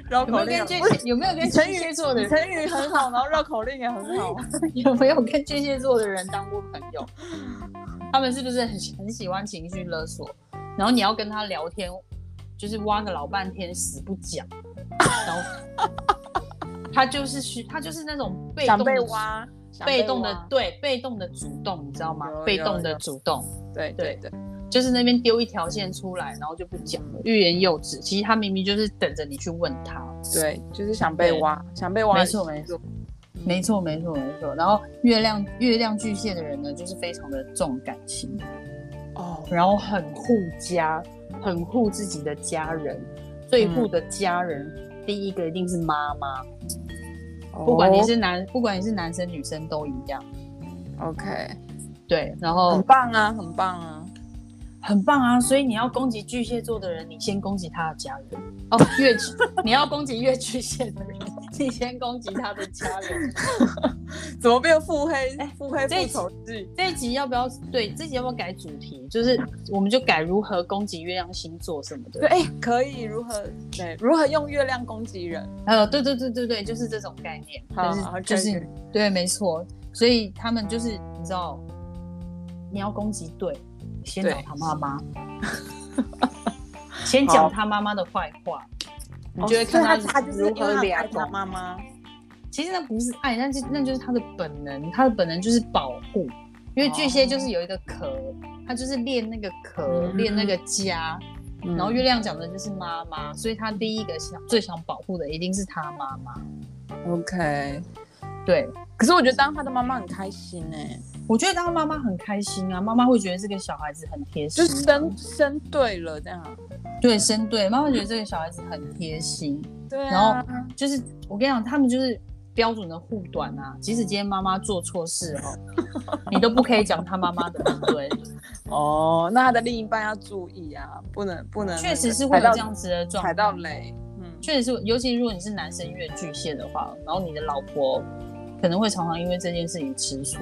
[SPEAKER 1] 绕
[SPEAKER 2] 有没有跟巨蟹有没有跟
[SPEAKER 1] 成
[SPEAKER 2] 巨
[SPEAKER 1] 语
[SPEAKER 2] 蟹座的人
[SPEAKER 1] 成语很好，然后绕口令也很 好。
[SPEAKER 2] 有没有跟巨蟹座的人当过朋友？他们是不是很喜很喜欢情绪勒索？然后你要跟他聊天，就是挖个老半天死不讲，然后 他就是需他就是那种被
[SPEAKER 1] 想
[SPEAKER 2] 动
[SPEAKER 1] 被
[SPEAKER 2] 的
[SPEAKER 1] 挖，想
[SPEAKER 2] 被
[SPEAKER 1] 被
[SPEAKER 2] 动的
[SPEAKER 1] 挖
[SPEAKER 2] 对被动的主动，你知道吗
[SPEAKER 1] 有？
[SPEAKER 2] 被
[SPEAKER 1] 有
[SPEAKER 2] 动的
[SPEAKER 1] 有
[SPEAKER 2] 主动
[SPEAKER 1] 对对对，
[SPEAKER 2] 就是那边丢一条线出来，然后就不讲了，欲言又止。其实他明明就是等着你去问他。
[SPEAKER 1] 对，就是想被挖，想被挖，
[SPEAKER 2] 没错没
[SPEAKER 1] 错，
[SPEAKER 2] 没错，没错，没错。然后月亮月亮巨蟹的人呢，就是非常的重感情，
[SPEAKER 1] 哦，
[SPEAKER 2] 然后很护家，很护自己的家人。最护的家人，第一个一定是妈妈，不管你是男，不管你是男生女生都一样。
[SPEAKER 1] 哦 OK，
[SPEAKER 2] 对，然
[SPEAKER 1] 很
[SPEAKER 2] 后
[SPEAKER 1] 棒啊，很棒啊，
[SPEAKER 2] 嗯很棒啊！所以你要攻击巨蟹座的人，你先攻击他的家人哦。越 你要攻击越巨蟹的人，你先攻击他的家人。
[SPEAKER 1] 怎么变腹黑
[SPEAKER 2] 哎？
[SPEAKER 1] 腹黑
[SPEAKER 2] 这一
[SPEAKER 1] 复仇记，
[SPEAKER 2] 这一集要不要？对，这一集要不要改主题？就是我们就改如何攻击月亮星座什么的
[SPEAKER 1] 对，。哎，可以如何对如何用月亮攻击人？
[SPEAKER 2] 呃，对对对对对，就是这种概念，
[SPEAKER 1] 好
[SPEAKER 2] 就是
[SPEAKER 1] 好
[SPEAKER 2] 就
[SPEAKER 1] 可以
[SPEAKER 2] 是对，没错。所以他们就是你知道，你要攻击对，先找
[SPEAKER 1] 对
[SPEAKER 2] 他 妈妈，先
[SPEAKER 1] 好
[SPEAKER 2] 讲他妈妈的坏话，你就会
[SPEAKER 1] 哦
[SPEAKER 2] 看
[SPEAKER 1] 所以他就是
[SPEAKER 2] 如
[SPEAKER 1] 因为
[SPEAKER 2] 何
[SPEAKER 1] 他
[SPEAKER 2] 俩
[SPEAKER 1] 爱他
[SPEAKER 2] 懂。
[SPEAKER 1] 妈妈，
[SPEAKER 2] 其实那不是爱，那就那就是他的本能，他的本能就是保护，因为巨蟹就是有一个壳，它就是练那个壳，
[SPEAKER 1] 嗯
[SPEAKER 2] 练那个家。
[SPEAKER 1] 嗯
[SPEAKER 2] 然后月亮讲的就是妈妈，所以他第一个想最想保护的一定是他妈妈。
[SPEAKER 1] OK，
[SPEAKER 2] 对，
[SPEAKER 1] 可是我觉得当他的妈妈很开心哎、
[SPEAKER 2] 我觉得当妈妈很开心啊，妈妈会觉得这个小孩子很贴心
[SPEAKER 1] 就
[SPEAKER 2] 啊，
[SPEAKER 1] 生生对了这样。啊
[SPEAKER 2] 对生对，妈妈觉得这个小孩子很贴心。
[SPEAKER 1] 对啊，
[SPEAKER 2] 然后就是我跟你讲，他们就是标准的护短啊，即使今天妈妈做错事哦， 你都不可以讲他妈妈的不对，
[SPEAKER 1] 哦，那他的另一半要注意啊，不能不能
[SPEAKER 2] 确实是会有这样
[SPEAKER 1] 子
[SPEAKER 2] 子的状
[SPEAKER 1] 踩
[SPEAKER 2] 况。
[SPEAKER 1] 到雷。嗯，
[SPEAKER 2] 确实是，尤其如果你是男生月巨蟹的话，然后你的老婆可能会常常因为这件事情吃醋，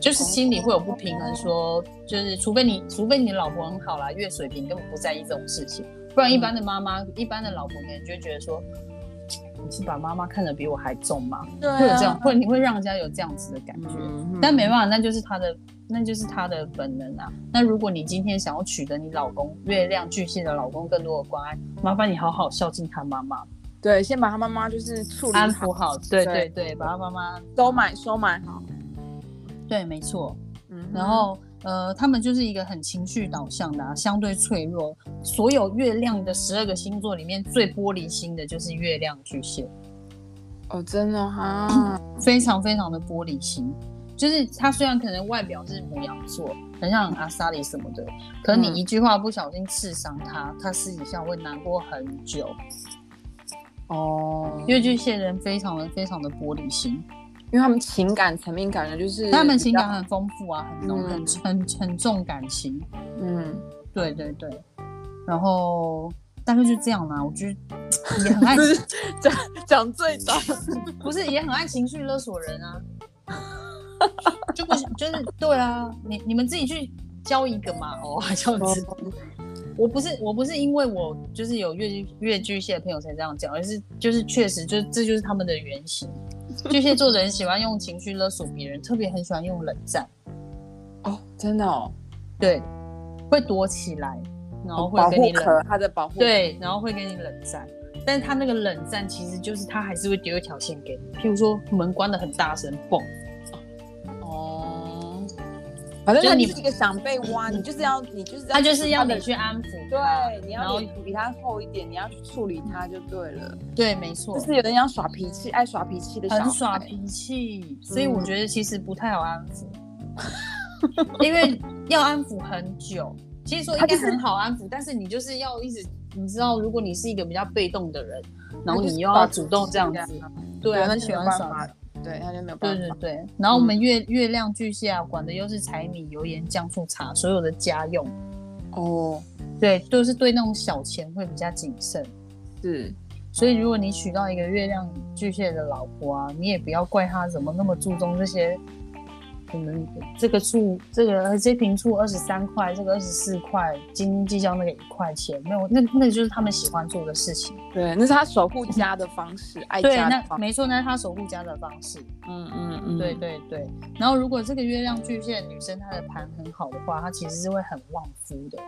[SPEAKER 2] 就是心里会有不平
[SPEAKER 1] 哦
[SPEAKER 2] 衡说，就是除非你除非你老婆很好啦，月水瓶根本不在意这种事情，不然一
[SPEAKER 1] 嗯
[SPEAKER 2] 般的妈妈、一般的老婆可能就会觉得说，你是把妈妈看得比我还重嘛，
[SPEAKER 1] 对、啊，
[SPEAKER 2] 会有这样，会你会让人家有这样子的感觉。
[SPEAKER 1] 嗯，
[SPEAKER 2] 但没办法，那就是他的，那就是他的本能啊。那如果你今天想要取得你老公月亮巨蟹的老公更多的关爱，麻烦你好好孝敬他妈妈，
[SPEAKER 1] 对，先把他妈妈就是处理
[SPEAKER 2] 安
[SPEAKER 1] 好
[SPEAKER 2] 抚，好，对
[SPEAKER 1] 对
[SPEAKER 2] 对对，把他妈妈，
[SPEAKER 1] 收买收买好。
[SPEAKER 2] 对，没错。
[SPEAKER 1] 嗯，
[SPEAKER 2] 然后呃，他们就是一个很情绪导向的、啊，相对脆弱。所有月亮的十二个星座里面，最玻璃心的就是月亮巨蟹。
[SPEAKER 1] 哦，真的哈，
[SPEAKER 2] 非常非常的玻璃心，就是他虽然可能外表是母羊座，很像阿萨里什么的，可是你
[SPEAKER 1] 嗯
[SPEAKER 2] 一句话不小心刺伤他，他私底下会难过很久。
[SPEAKER 1] 哦，因为
[SPEAKER 2] 因为巨蟹人非常的非常的玻璃心，
[SPEAKER 1] 因为他们情感层面感觉就是
[SPEAKER 2] 他们
[SPEAKER 1] 比
[SPEAKER 2] 情
[SPEAKER 1] 较
[SPEAKER 2] 感，很丰富啊，很浓很很很重感情。
[SPEAKER 1] 嗯，
[SPEAKER 2] 对对对，然后大概就这样啦、我觉 得也很爱，
[SPEAKER 1] 就是讲讲最短，
[SPEAKER 2] 不是也很爱情绪勒索人啊，就不想就是对啊，你你们自己去交一个嘛，哦，这样子。我不是我不是因为我就是有越剧越巨蟹的朋友才这样讲，而是就是确实就这就是他们的原型。巨蟹座的人喜欢用情绪勒索别人，特别很喜欢用冷战，
[SPEAKER 1] 哦，真的哦，
[SPEAKER 2] 对，会躲起来，然后会
[SPEAKER 1] 保
[SPEAKER 2] 跟
[SPEAKER 1] 护
[SPEAKER 2] 你
[SPEAKER 1] 壳
[SPEAKER 2] 冷，
[SPEAKER 1] 它的保护，，
[SPEAKER 2] 对，然后会跟你冷战。但是他那个冷战其实就是他还是会丢一条线给你，譬如说门关的很大声，嘣，
[SPEAKER 1] 哦，反正
[SPEAKER 2] 就
[SPEAKER 1] 它
[SPEAKER 2] 你
[SPEAKER 1] 就是一个想被挖，你就是要你就是
[SPEAKER 2] 他就是要
[SPEAKER 1] 的
[SPEAKER 2] 你去安抚他，
[SPEAKER 1] 对，你
[SPEAKER 2] 啊然
[SPEAKER 1] 要
[SPEAKER 2] 后
[SPEAKER 1] 脸皮比他厚一点，你要去处理他就对了。
[SPEAKER 2] 对，没错
[SPEAKER 1] 就，是有人要耍脾气，爱耍脾气的小孩嗯
[SPEAKER 2] 很耍脾气，所以我觉得其实不太好安抚， 因为要安抚很久。其实说应该很好安抚，但是你就是要一直，你知道，如果你是一个比较被动的人，然后你又要主动这样子，对啊，
[SPEAKER 1] 那
[SPEAKER 2] 就
[SPEAKER 1] 就
[SPEAKER 2] 喜
[SPEAKER 1] 没有
[SPEAKER 2] 欢
[SPEAKER 1] 办
[SPEAKER 2] 耍
[SPEAKER 1] 法，嗯对，他就没有
[SPEAKER 2] 对
[SPEAKER 1] 办
[SPEAKER 2] 对
[SPEAKER 1] 法。
[SPEAKER 2] 对，然后我们月、月亮巨蟹啊，管的又是柴米油盐酱醋茶，所有的家用，
[SPEAKER 1] 哦，
[SPEAKER 2] 对，就是对那种小钱会比较谨慎。
[SPEAKER 1] 是，
[SPEAKER 2] 所以如果你娶到一个月亮巨蟹的老婆啊，你也不要怪她怎么那么注重这些，可能这个醋这个呃这瓶醋二十三块，这个二十四块，斤斤计较那个一块钱，没有，那那就是他们喜欢做的事情。
[SPEAKER 1] 对，那是他守护家的方式，爱
[SPEAKER 2] 对，
[SPEAKER 1] 家的
[SPEAKER 2] 那
[SPEAKER 1] 方式。
[SPEAKER 2] 没错，那是他守护家的方式。
[SPEAKER 1] 嗯嗯嗯，
[SPEAKER 2] 对对对。然后如果这个月亮巨蟹女生她的盘很好的话，她其实是会很旺夫的。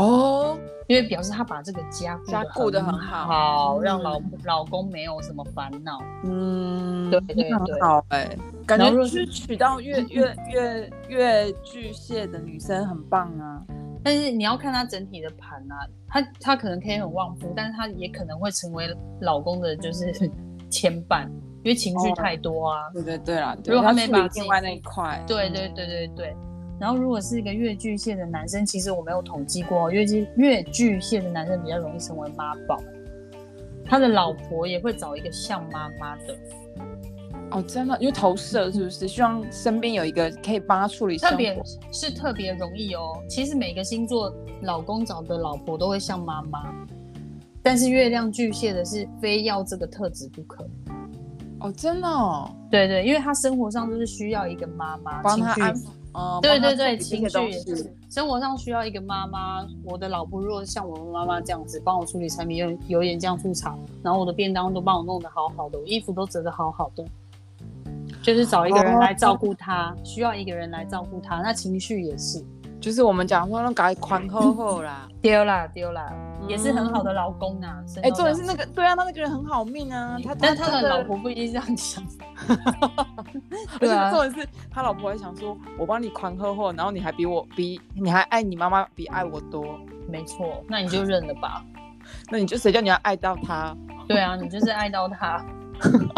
[SPEAKER 1] 哦，
[SPEAKER 2] 因为表示她把这个家
[SPEAKER 1] 家顾
[SPEAKER 2] 顾
[SPEAKER 1] 得
[SPEAKER 2] 得
[SPEAKER 1] 很好
[SPEAKER 2] 好，好让老老公没有什么烦恼。
[SPEAKER 1] 嗯，
[SPEAKER 2] 对对
[SPEAKER 1] 那很
[SPEAKER 2] 对
[SPEAKER 1] 好哎，感觉
[SPEAKER 2] 然后
[SPEAKER 1] 就
[SPEAKER 2] 若嗯
[SPEAKER 1] 是娶到越越越越巨蟹的女生很棒啊。
[SPEAKER 2] 但是你要看她整体的盘啊，她她可能可以很旺夫，但是她也可能会成为老公的就是牵绊，因为情绪太多啊。
[SPEAKER 1] 对对对啦，对
[SPEAKER 2] 如果他
[SPEAKER 1] 要
[SPEAKER 2] 没
[SPEAKER 1] 处
[SPEAKER 2] 把
[SPEAKER 1] 理
[SPEAKER 2] 自己
[SPEAKER 1] 另外那一块，
[SPEAKER 2] 对对对对对。然后如果是一个月巨蟹的男生，其实我没有统计过哦，月巨月巨蟹的男生比较容易成为妈宝，他的老婆也会找一个像妈妈的，
[SPEAKER 1] 哦，真的，因为投射是不是？希望身边有一个可以帮他处理生
[SPEAKER 2] 特别
[SPEAKER 1] 活。
[SPEAKER 2] 是特别容易哦。其实每个星座老公找的老婆都会像妈妈，但是月亮巨蟹的是非要这个特质不可。
[SPEAKER 1] 哦，真的哦，
[SPEAKER 2] 对对，因为他生活上就是需要一个妈妈，
[SPEAKER 1] 帮他
[SPEAKER 2] 情绪
[SPEAKER 1] 安抚，哦，
[SPEAKER 2] 对
[SPEAKER 1] 帮他
[SPEAKER 2] 对对，
[SPEAKER 1] 处理
[SPEAKER 2] 情
[SPEAKER 1] 这些东
[SPEAKER 2] 绪
[SPEAKER 1] 西
[SPEAKER 2] 生活上需要一个妈妈。我的老婆如果像我妈妈这样子，帮我处理柴米油油盐酱醋茶，然后我的便当都帮我弄得好好的，我衣服都折得好好的，就是找一个
[SPEAKER 1] 哦
[SPEAKER 2] 人来照顾她，需要一个人来照顾她。那情绪也是
[SPEAKER 1] 就是我们讲说那个宽厚厚啦。嗯
[SPEAKER 2] 丢啦丢啦， 也是很好的老公啊。
[SPEAKER 1] 哎哎，重点是那个，对啊，他那个人很好命啊，他
[SPEAKER 2] 嗯但他的老
[SPEAKER 1] 婆
[SPEAKER 2] 婆不一定这样想，
[SPEAKER 1] 而
[SPEAKER 2] 对
[SPEAKER 1] 且
[SPEAKER 2] 啊
[SPEAKER 1] 重点是他老婆还想说，我帮你狂喝货，然后你还比我比你还爱你妈妈比爱我多，
[SPEAKER 2] 没错，那你就认了吧。
[SPEAKER 1] 那你就谁叫你要爱到他？
[SPEAKER 2] 对啊，你就是爱 到他，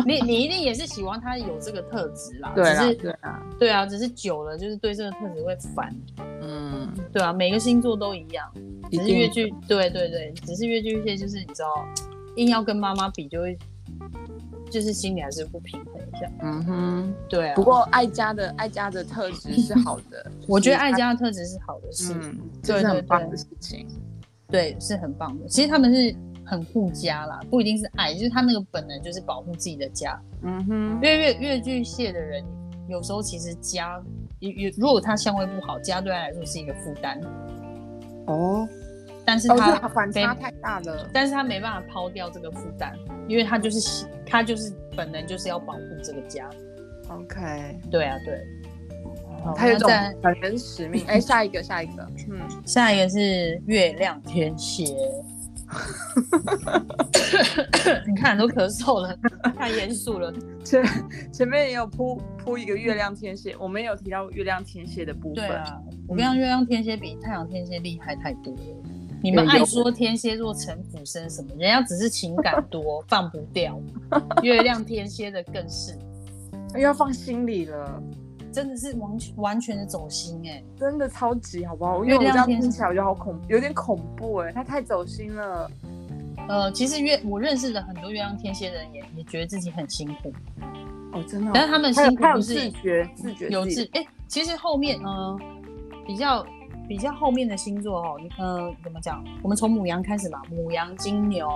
[SPEAKER 2] 你你一定也是喜欢他有这个特质啦。
[SPEAKER 1] 对
[SPEAKER 2] 只
[SPEAKER 1] 啊，
[SPEAKER 2] 是
[SPEAKER 1] 对啊，
[SPEAKER 2] 对啊，只是久了就是对这个特质会烦。
[SPEAKER 1] 嗯，
[SPEAKER 2] 对啊，每个星座都一样，
[SPEAKER 1] 一
[SPEAKER 2] 只是越
[SPEAKER 1] 定
[SPEAKER 2] 剧对对对，只是越剧蟹就是你知道，硬要跟妈妈比就会，就是心里还是不平衡一下。
[SPEAKER 1] 嗯哼。
[SPEAKER 2] 对啊，
[SPEAKER 1] 不过爱家的爱家的特质是好的，就是
[SPEAKER 2] 我觉得爱家的特质是好的事，
[SPEAKER 1] 嗯，这
[SPEAKER 2] 对
[SPEAKER 1] 是
[SPEAKER 2] 对
[SPEAKER 1] 很
[SPEAKER 2] 对
[SPEAKER 1] 棒的事情。
[SPEAKER 2] 对，是很棒的。其实他们是很护家啦，不一定是爱，就是他那个本能就是保护自己的家。
[SPEAKER 1] 嗯哼
[SPEAKER 2] 因，为越越巨蟹的人，有时候其实家，也也如果他相位不好，家对他来说是一个负担，
[SPEAKER 1] 哦，
[SPEAKER 2] 但是
[SPEAKER 1] 哦，
[SPEAKER 2] 他、
[SPEAKER 1] 这反差
[SPEAKER 2] 非
[SPEAKER 1] 太大了。
[SPEAKER 2] 但是他没办法抛掉这个负担，因为他就是喜他就是本能就是要保护这个家。
[SPEAKER 1] OK，
[SPEAKER 2] 对啊，对。好
[SPEAKER 1] 哦他有
[SPEAKER 2] 那
[SPEAKER 1] 种
[SPEAKER 2] 再
[SPEAKER 1] 本人使命。哎，下一个，下一个， 嗯，
[SPEAKER 2] 下一个是月亮天蝎。 你看都咳嗽了，太严肃了。
[SPEAKER 1] 前前面也有铺铺一个月亮天蝎，我们也有提到月亮天蝎的部
[SPEAKER 2] 对
[SPEAKER 1] 分。嗯
[SPEAKER 2] 啊，我跟你讲，月亮天蝎比太阳天蝎厉害太多了。你们
[SPEAKER 1] 对
[SPEAKER 2] 爱
[SPEAKER 1] 有
[SPEAKER 2] 说天蝎座城府深什么，人家只是情感多放不掉，月亮天蝎的更是，
[SPEAKER 1] 又哎要放心里了，
[SPEAKER 2] 真的是完全完全的走心哎、
[SPEAKER 1] 真的超级好不好？因为我
[SPEAKER 2] 月
[SPEAKER 1] 这
[SPEAKER 2] 亮
[SPEAKER 1] 样
[SPEAKER 2] 天
[SPEAKER 1] 听起来我觉得好恐，有点恐怖哎，他太走心了。
[SPEAKER 2] 呃，其实月我认识的很多月亮天蝎的人也也觉得自己很辛苦，
[SPEAKER 1] 哦，真的哦。
[SPEAKER 2] 但是他们
[SPEAKER 1] 他有
[SPEAKER 2] 辛苦
[SPEAKER 1] 他有
[SPEAKER 2] 不
[SPEAKER 1] 自
[SPEAKER 2] 是
[SPEAKER 1] 觉，自觉
[SPEAKER 2] 有
[SPEAKER 1] 自
[SPEAKER 2] 自
[SPEAKER 1] 己
[SPEAKER 2] 哎、其实后面呃比较比较后面的星座哦，呃怎么讲？我们从母羊开始吧，母羊、金牛，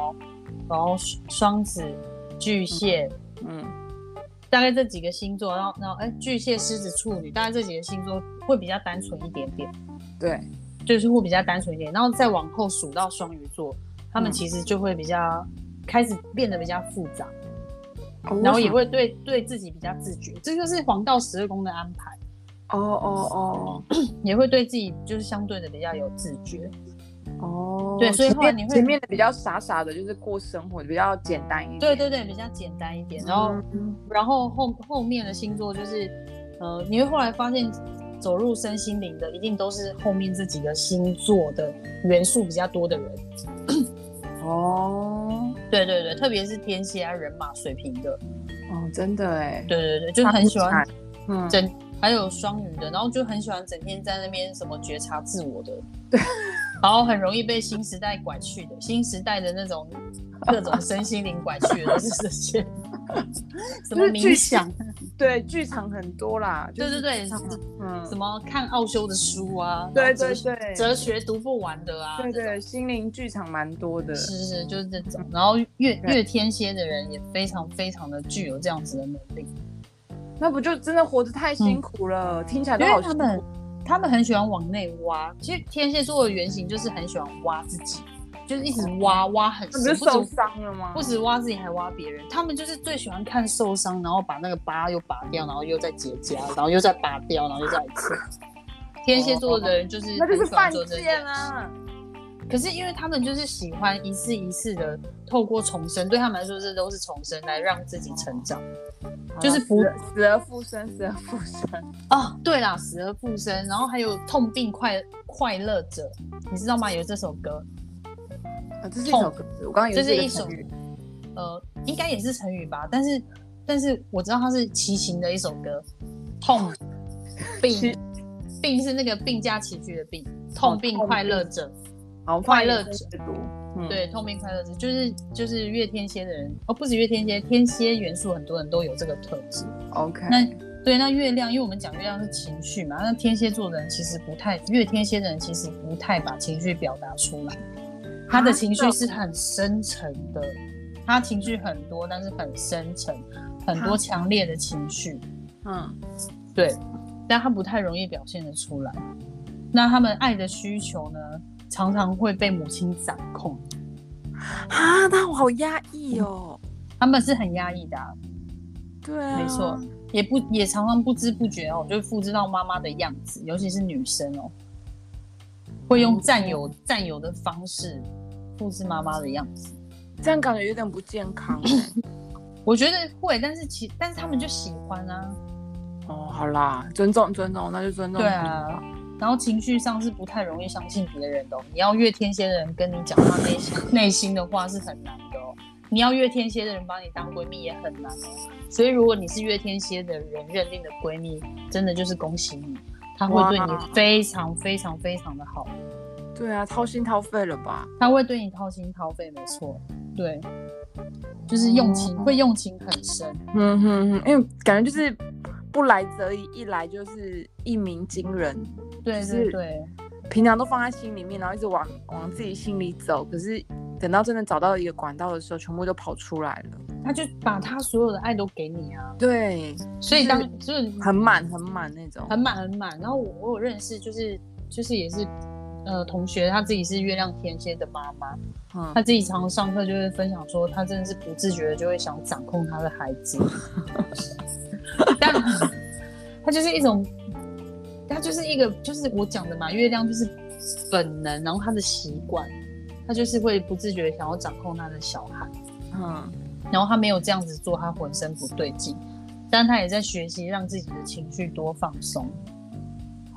[SPEAKER 2] 然后双双子、巨蟹。
[SPEAKER 1] 嗯。
[SPEAKER 2] 大概这几个星座，然后然后哎，巨蟹、狮子、处女，大概这几个星座会比较单纯一点点，
[SPEAKER 1] 对，
[SPEAKER 2] 就是会比较单纯一点。然后再往后数到双鱼座，他们
[SPEAKER 1] 嗯
[SPEAKER 2] 其实就会比较、开始变得比较复杂，
[SPEAKER 1] 哦
[SPEAKER 2] 然后也会对对自己比较自觉，这就是黄道十二宫的安排，
[SPEAKER 1] 哦哦
[SPEAKER 2] 也会对自己就是相对的比较有自
[SPEAKER 1] 哦
[SPEAKER 2] 觉。
[SPEAKER 1] 哦，
[SPEAKER 2] 对所以
[SPEAKER 1] 前
[SPEAKER 2] 后来
[SPEAKER 1] 面
[SPEAKER 2] 你会
[SPEAKER 1] 前面的比较傻傻的，就是过生活比较简单一点，
[SPEAKER 2] 对对对，比较简单一点。然后、
[SPEAKER 1] 嗯
[SPEAKER 2] 然后后后面的星座就是，呃，你会后来发现，走入身心灵的一定都是后面这几个星座的元素比较多的人。
[SPEAKER 1] 哦
[SPEAKER 2] 对对对，特别是天蝎啊、人马、水瓶的，
[SPEAKER 1] 哦，真的哎，
[SPEAKER 2] 对对对，就很喜欢
[SPEAKER 1] 嗯，
[SPEAKER 2] 整，还有双鱼的，然后就很喜欢整天在那边什么觉察自我的， 然后很容易被新时代拐去的，新时代的那种各种身心灵拐去的都是这 些，什么
[SPEAKER 1] 就是巨
[SPEAKER 2] 冥想，
[SPEAKER 1] 对，剧场很多啦，就
[SPEAKER 2] 对对
[SPEAKER 1] 是
[SPEAKER 2] 对，
[SPEAKER 1] 嗯
[SPEAKER 2] 什，么看奥修的书啊，
[SPEAKER 1] 对
[SPEAKER 2] 然后哲
[SPEAKER 1] 对
[SPEAKER 2] 学
[SPEAKER 1] 对
[SPEAKER 2] 哲学读不完的啊，
[SPEAKER 1] 对
[SPEAKER 2] 这种
[SPEAKER 1] 对，心灵剧场蛮多的，
[SPEAKER 2] 是是就是这种。然后月
[SPEAKER 1] 对
[SPEAKER 2] 月天蝎的人也非常非常的具有这样子的能力，
[SPEAKER 1] 那不就真的活得太辛苦了，听起来都
[SPEAKER 2] 嗯因
[SPEAKER 1] 好
[SPEAKER 2] 为
[SPEAKER 1] 辛苦
[SPEAKER 2] 他们他们很喜欢往内挖。其实天蝎座的原型就是很喜欢挖自己，就是一直挖挖很
[SPEAKER 1] 那不
[SPEAKER 2] 深，
[SPEAKER 1] 是
[SPEAKER 2] 不止
[SPEAKER 1] 受伤了吗
[SPEAKER 2] 不？止挖自己，还挖别人。他们就是最喜欢看受伤，然后把那个疤又拔掉，然后又再结痂，然后又再拔掉，然后又再一次。天蝎座的人就是
[SPEAKER 1] 哦那就
[SPEAKER 2] 很
[SPEAKER 1] 是
[SPEAKER 2] 喜
[SPEAKER 1] 犯
[SPEAKER 2] 欢做这件
[SPEAKER 1] 贱啊！
[SPEAKER 2] 可是因为他们就是喜欢一次一次的透过重生，对他们来说这都是重生，来让自己成长。就是
[SPEAKER 1] 好
[SPEAKER 2] 不
[SPEAKER 1] 啦死死而复生，死而复生，
[SPEAKER 2] 哦，对啦，死而复生，然后还有痛并快快乐着，你知道吗？有这首歌，
[SPEAKER 1] 啊这是一首歌，我刚刚以为
[SPEAKER 2] 这是
[SPEAKER 1] 个
[SPEAKER 2] 一
[SPEAKER 1] 成
[SPEAKER 2] 首
[SPEAKER 1] 语
[SPEAKER 2] 呃，应该也是成语吧，但是但是我知道它是齐秦的一首歌，痛 并
[SPEAKER 1] 齐
[SPEAKER 2] 并是那个并驾齐驱的并，痛并
[SPEAKER 1] 哦痛
[SPEAKER 2] 快
[SPEAKER 1] 并
[SPEAKER 2] 乐着，
[SPEAKER 1] 好
[SPEAKER 2] 快乐
[SPEAKER 1] 者
[SPEAKER 2] 者
[SPEAKER 1] 读，嗯，
[SPEAKER 2] 对，痛并快乐着，就是就是月天蝎的人，哦，不止月天蝎，天蝎元素很多人都有这个特质。
[SPEAKER 1] ，OK，
[SPEAKER 2] 那对，那月亮，因为我们讲月亮是情绪嘛，那天蝎座的人其实不太，月天蝎的人其实不太把情绪表达出来，他的
[SPEAKER 1] 啊
[SPEAKER 2] 情
[SPEAKER 1] 是
[SPEAKER 2] 绪
[SPEAKER 1] 哦
[SPEAKER 2] 是很深沉的，他情绪很多，但是很深沉，很
[SPEAKER 1] 啊
[SPEAKER 2] 多强烈的情绪，
[SPEAKER 1] 嗯。
[SPEAKER 2] 对，但他不太容易表现得出来。那他们爱的需求呢，常常会被母亲掌控，
[SPEAKER 1] 啊，那我好压抑哦。
[SPEAKER 2] 他们是很压抑的啊、
[SPEAKER 1] 对啊，
[SPEAKER 2] 没错，也不也常常不知不觉哦，就会复制到妈妈的样子，尤其是女生哦，会用占有占有的方式复制妈妈的样子。
[SPEAKER 1] 这样感觉有点不健康。
[SPEAKER 2] 我觉得会，但是其但是他们就喜欢啊，
[SPEAKER 1] 哦，好啦，尊重尊重，那就尊重。
[SPEAKER 2] 对啊，然后情绪上是不太容易相信别人的、哦。你要越天蝎的人跟你讲他内心内心的话是很难的哦。你要越天蝎的人把你当闺蜜也很难哦。所以如果你是越天蝎的人认定的闺蜜，真的就是恭喜你，他会对
[SPEAKER 1] 哇
[SPEAKER 2] 你非常非常非常的好，
[SPEAKER 1] 对啊，掏心掏肺了吧？
[SPEAKER 2] 他会对你掏心掏肺，没错，对，就是用情、
[SPEAKER 1] 哦
[SPEAKER 2] 会用情很深。
[SPEAKER 1] 嗯哼哼，因为感觉就是不来则已，一来就是一鸣惊人。
[SPEAKER 2] 对
[SPEAKER 1] 就是
[SPEAKER 2] 对对，
[SPEAKER 1] 平常都放在心里面，然后一直往往自己心里走，可是等到真的找到一个管道的时候，全部都跑出来了。
[SPEAKER 2] 他就把他所有的爱都给你啊，
[SPEAKER 1] 对，
[SPEAKER 2] 所以当就是
[SPEAKER 1] 很满很满那种。
[SPEAKER 2] 很满很满。然后我我有认识，就是就是也是呃同学，她自己是月亮天蝎的妈妈，
[SPEAKER 1] 嗯
[SPEAKER 2] 她自己常常上课就会分享说，她真的是不自觉的就会想掌控她的孩子， 但她就是一种，她就是一个就是我讲的嘛，月亮就是本能，然后她的习惯，她就是会不自觉地想要掌控她的小孩。
[SPEAKER 1] 嗯，
[SPEAKER 2] 然后他没有这样子做，他浑身不对劲，但他也在学习让自己的情绪多放松。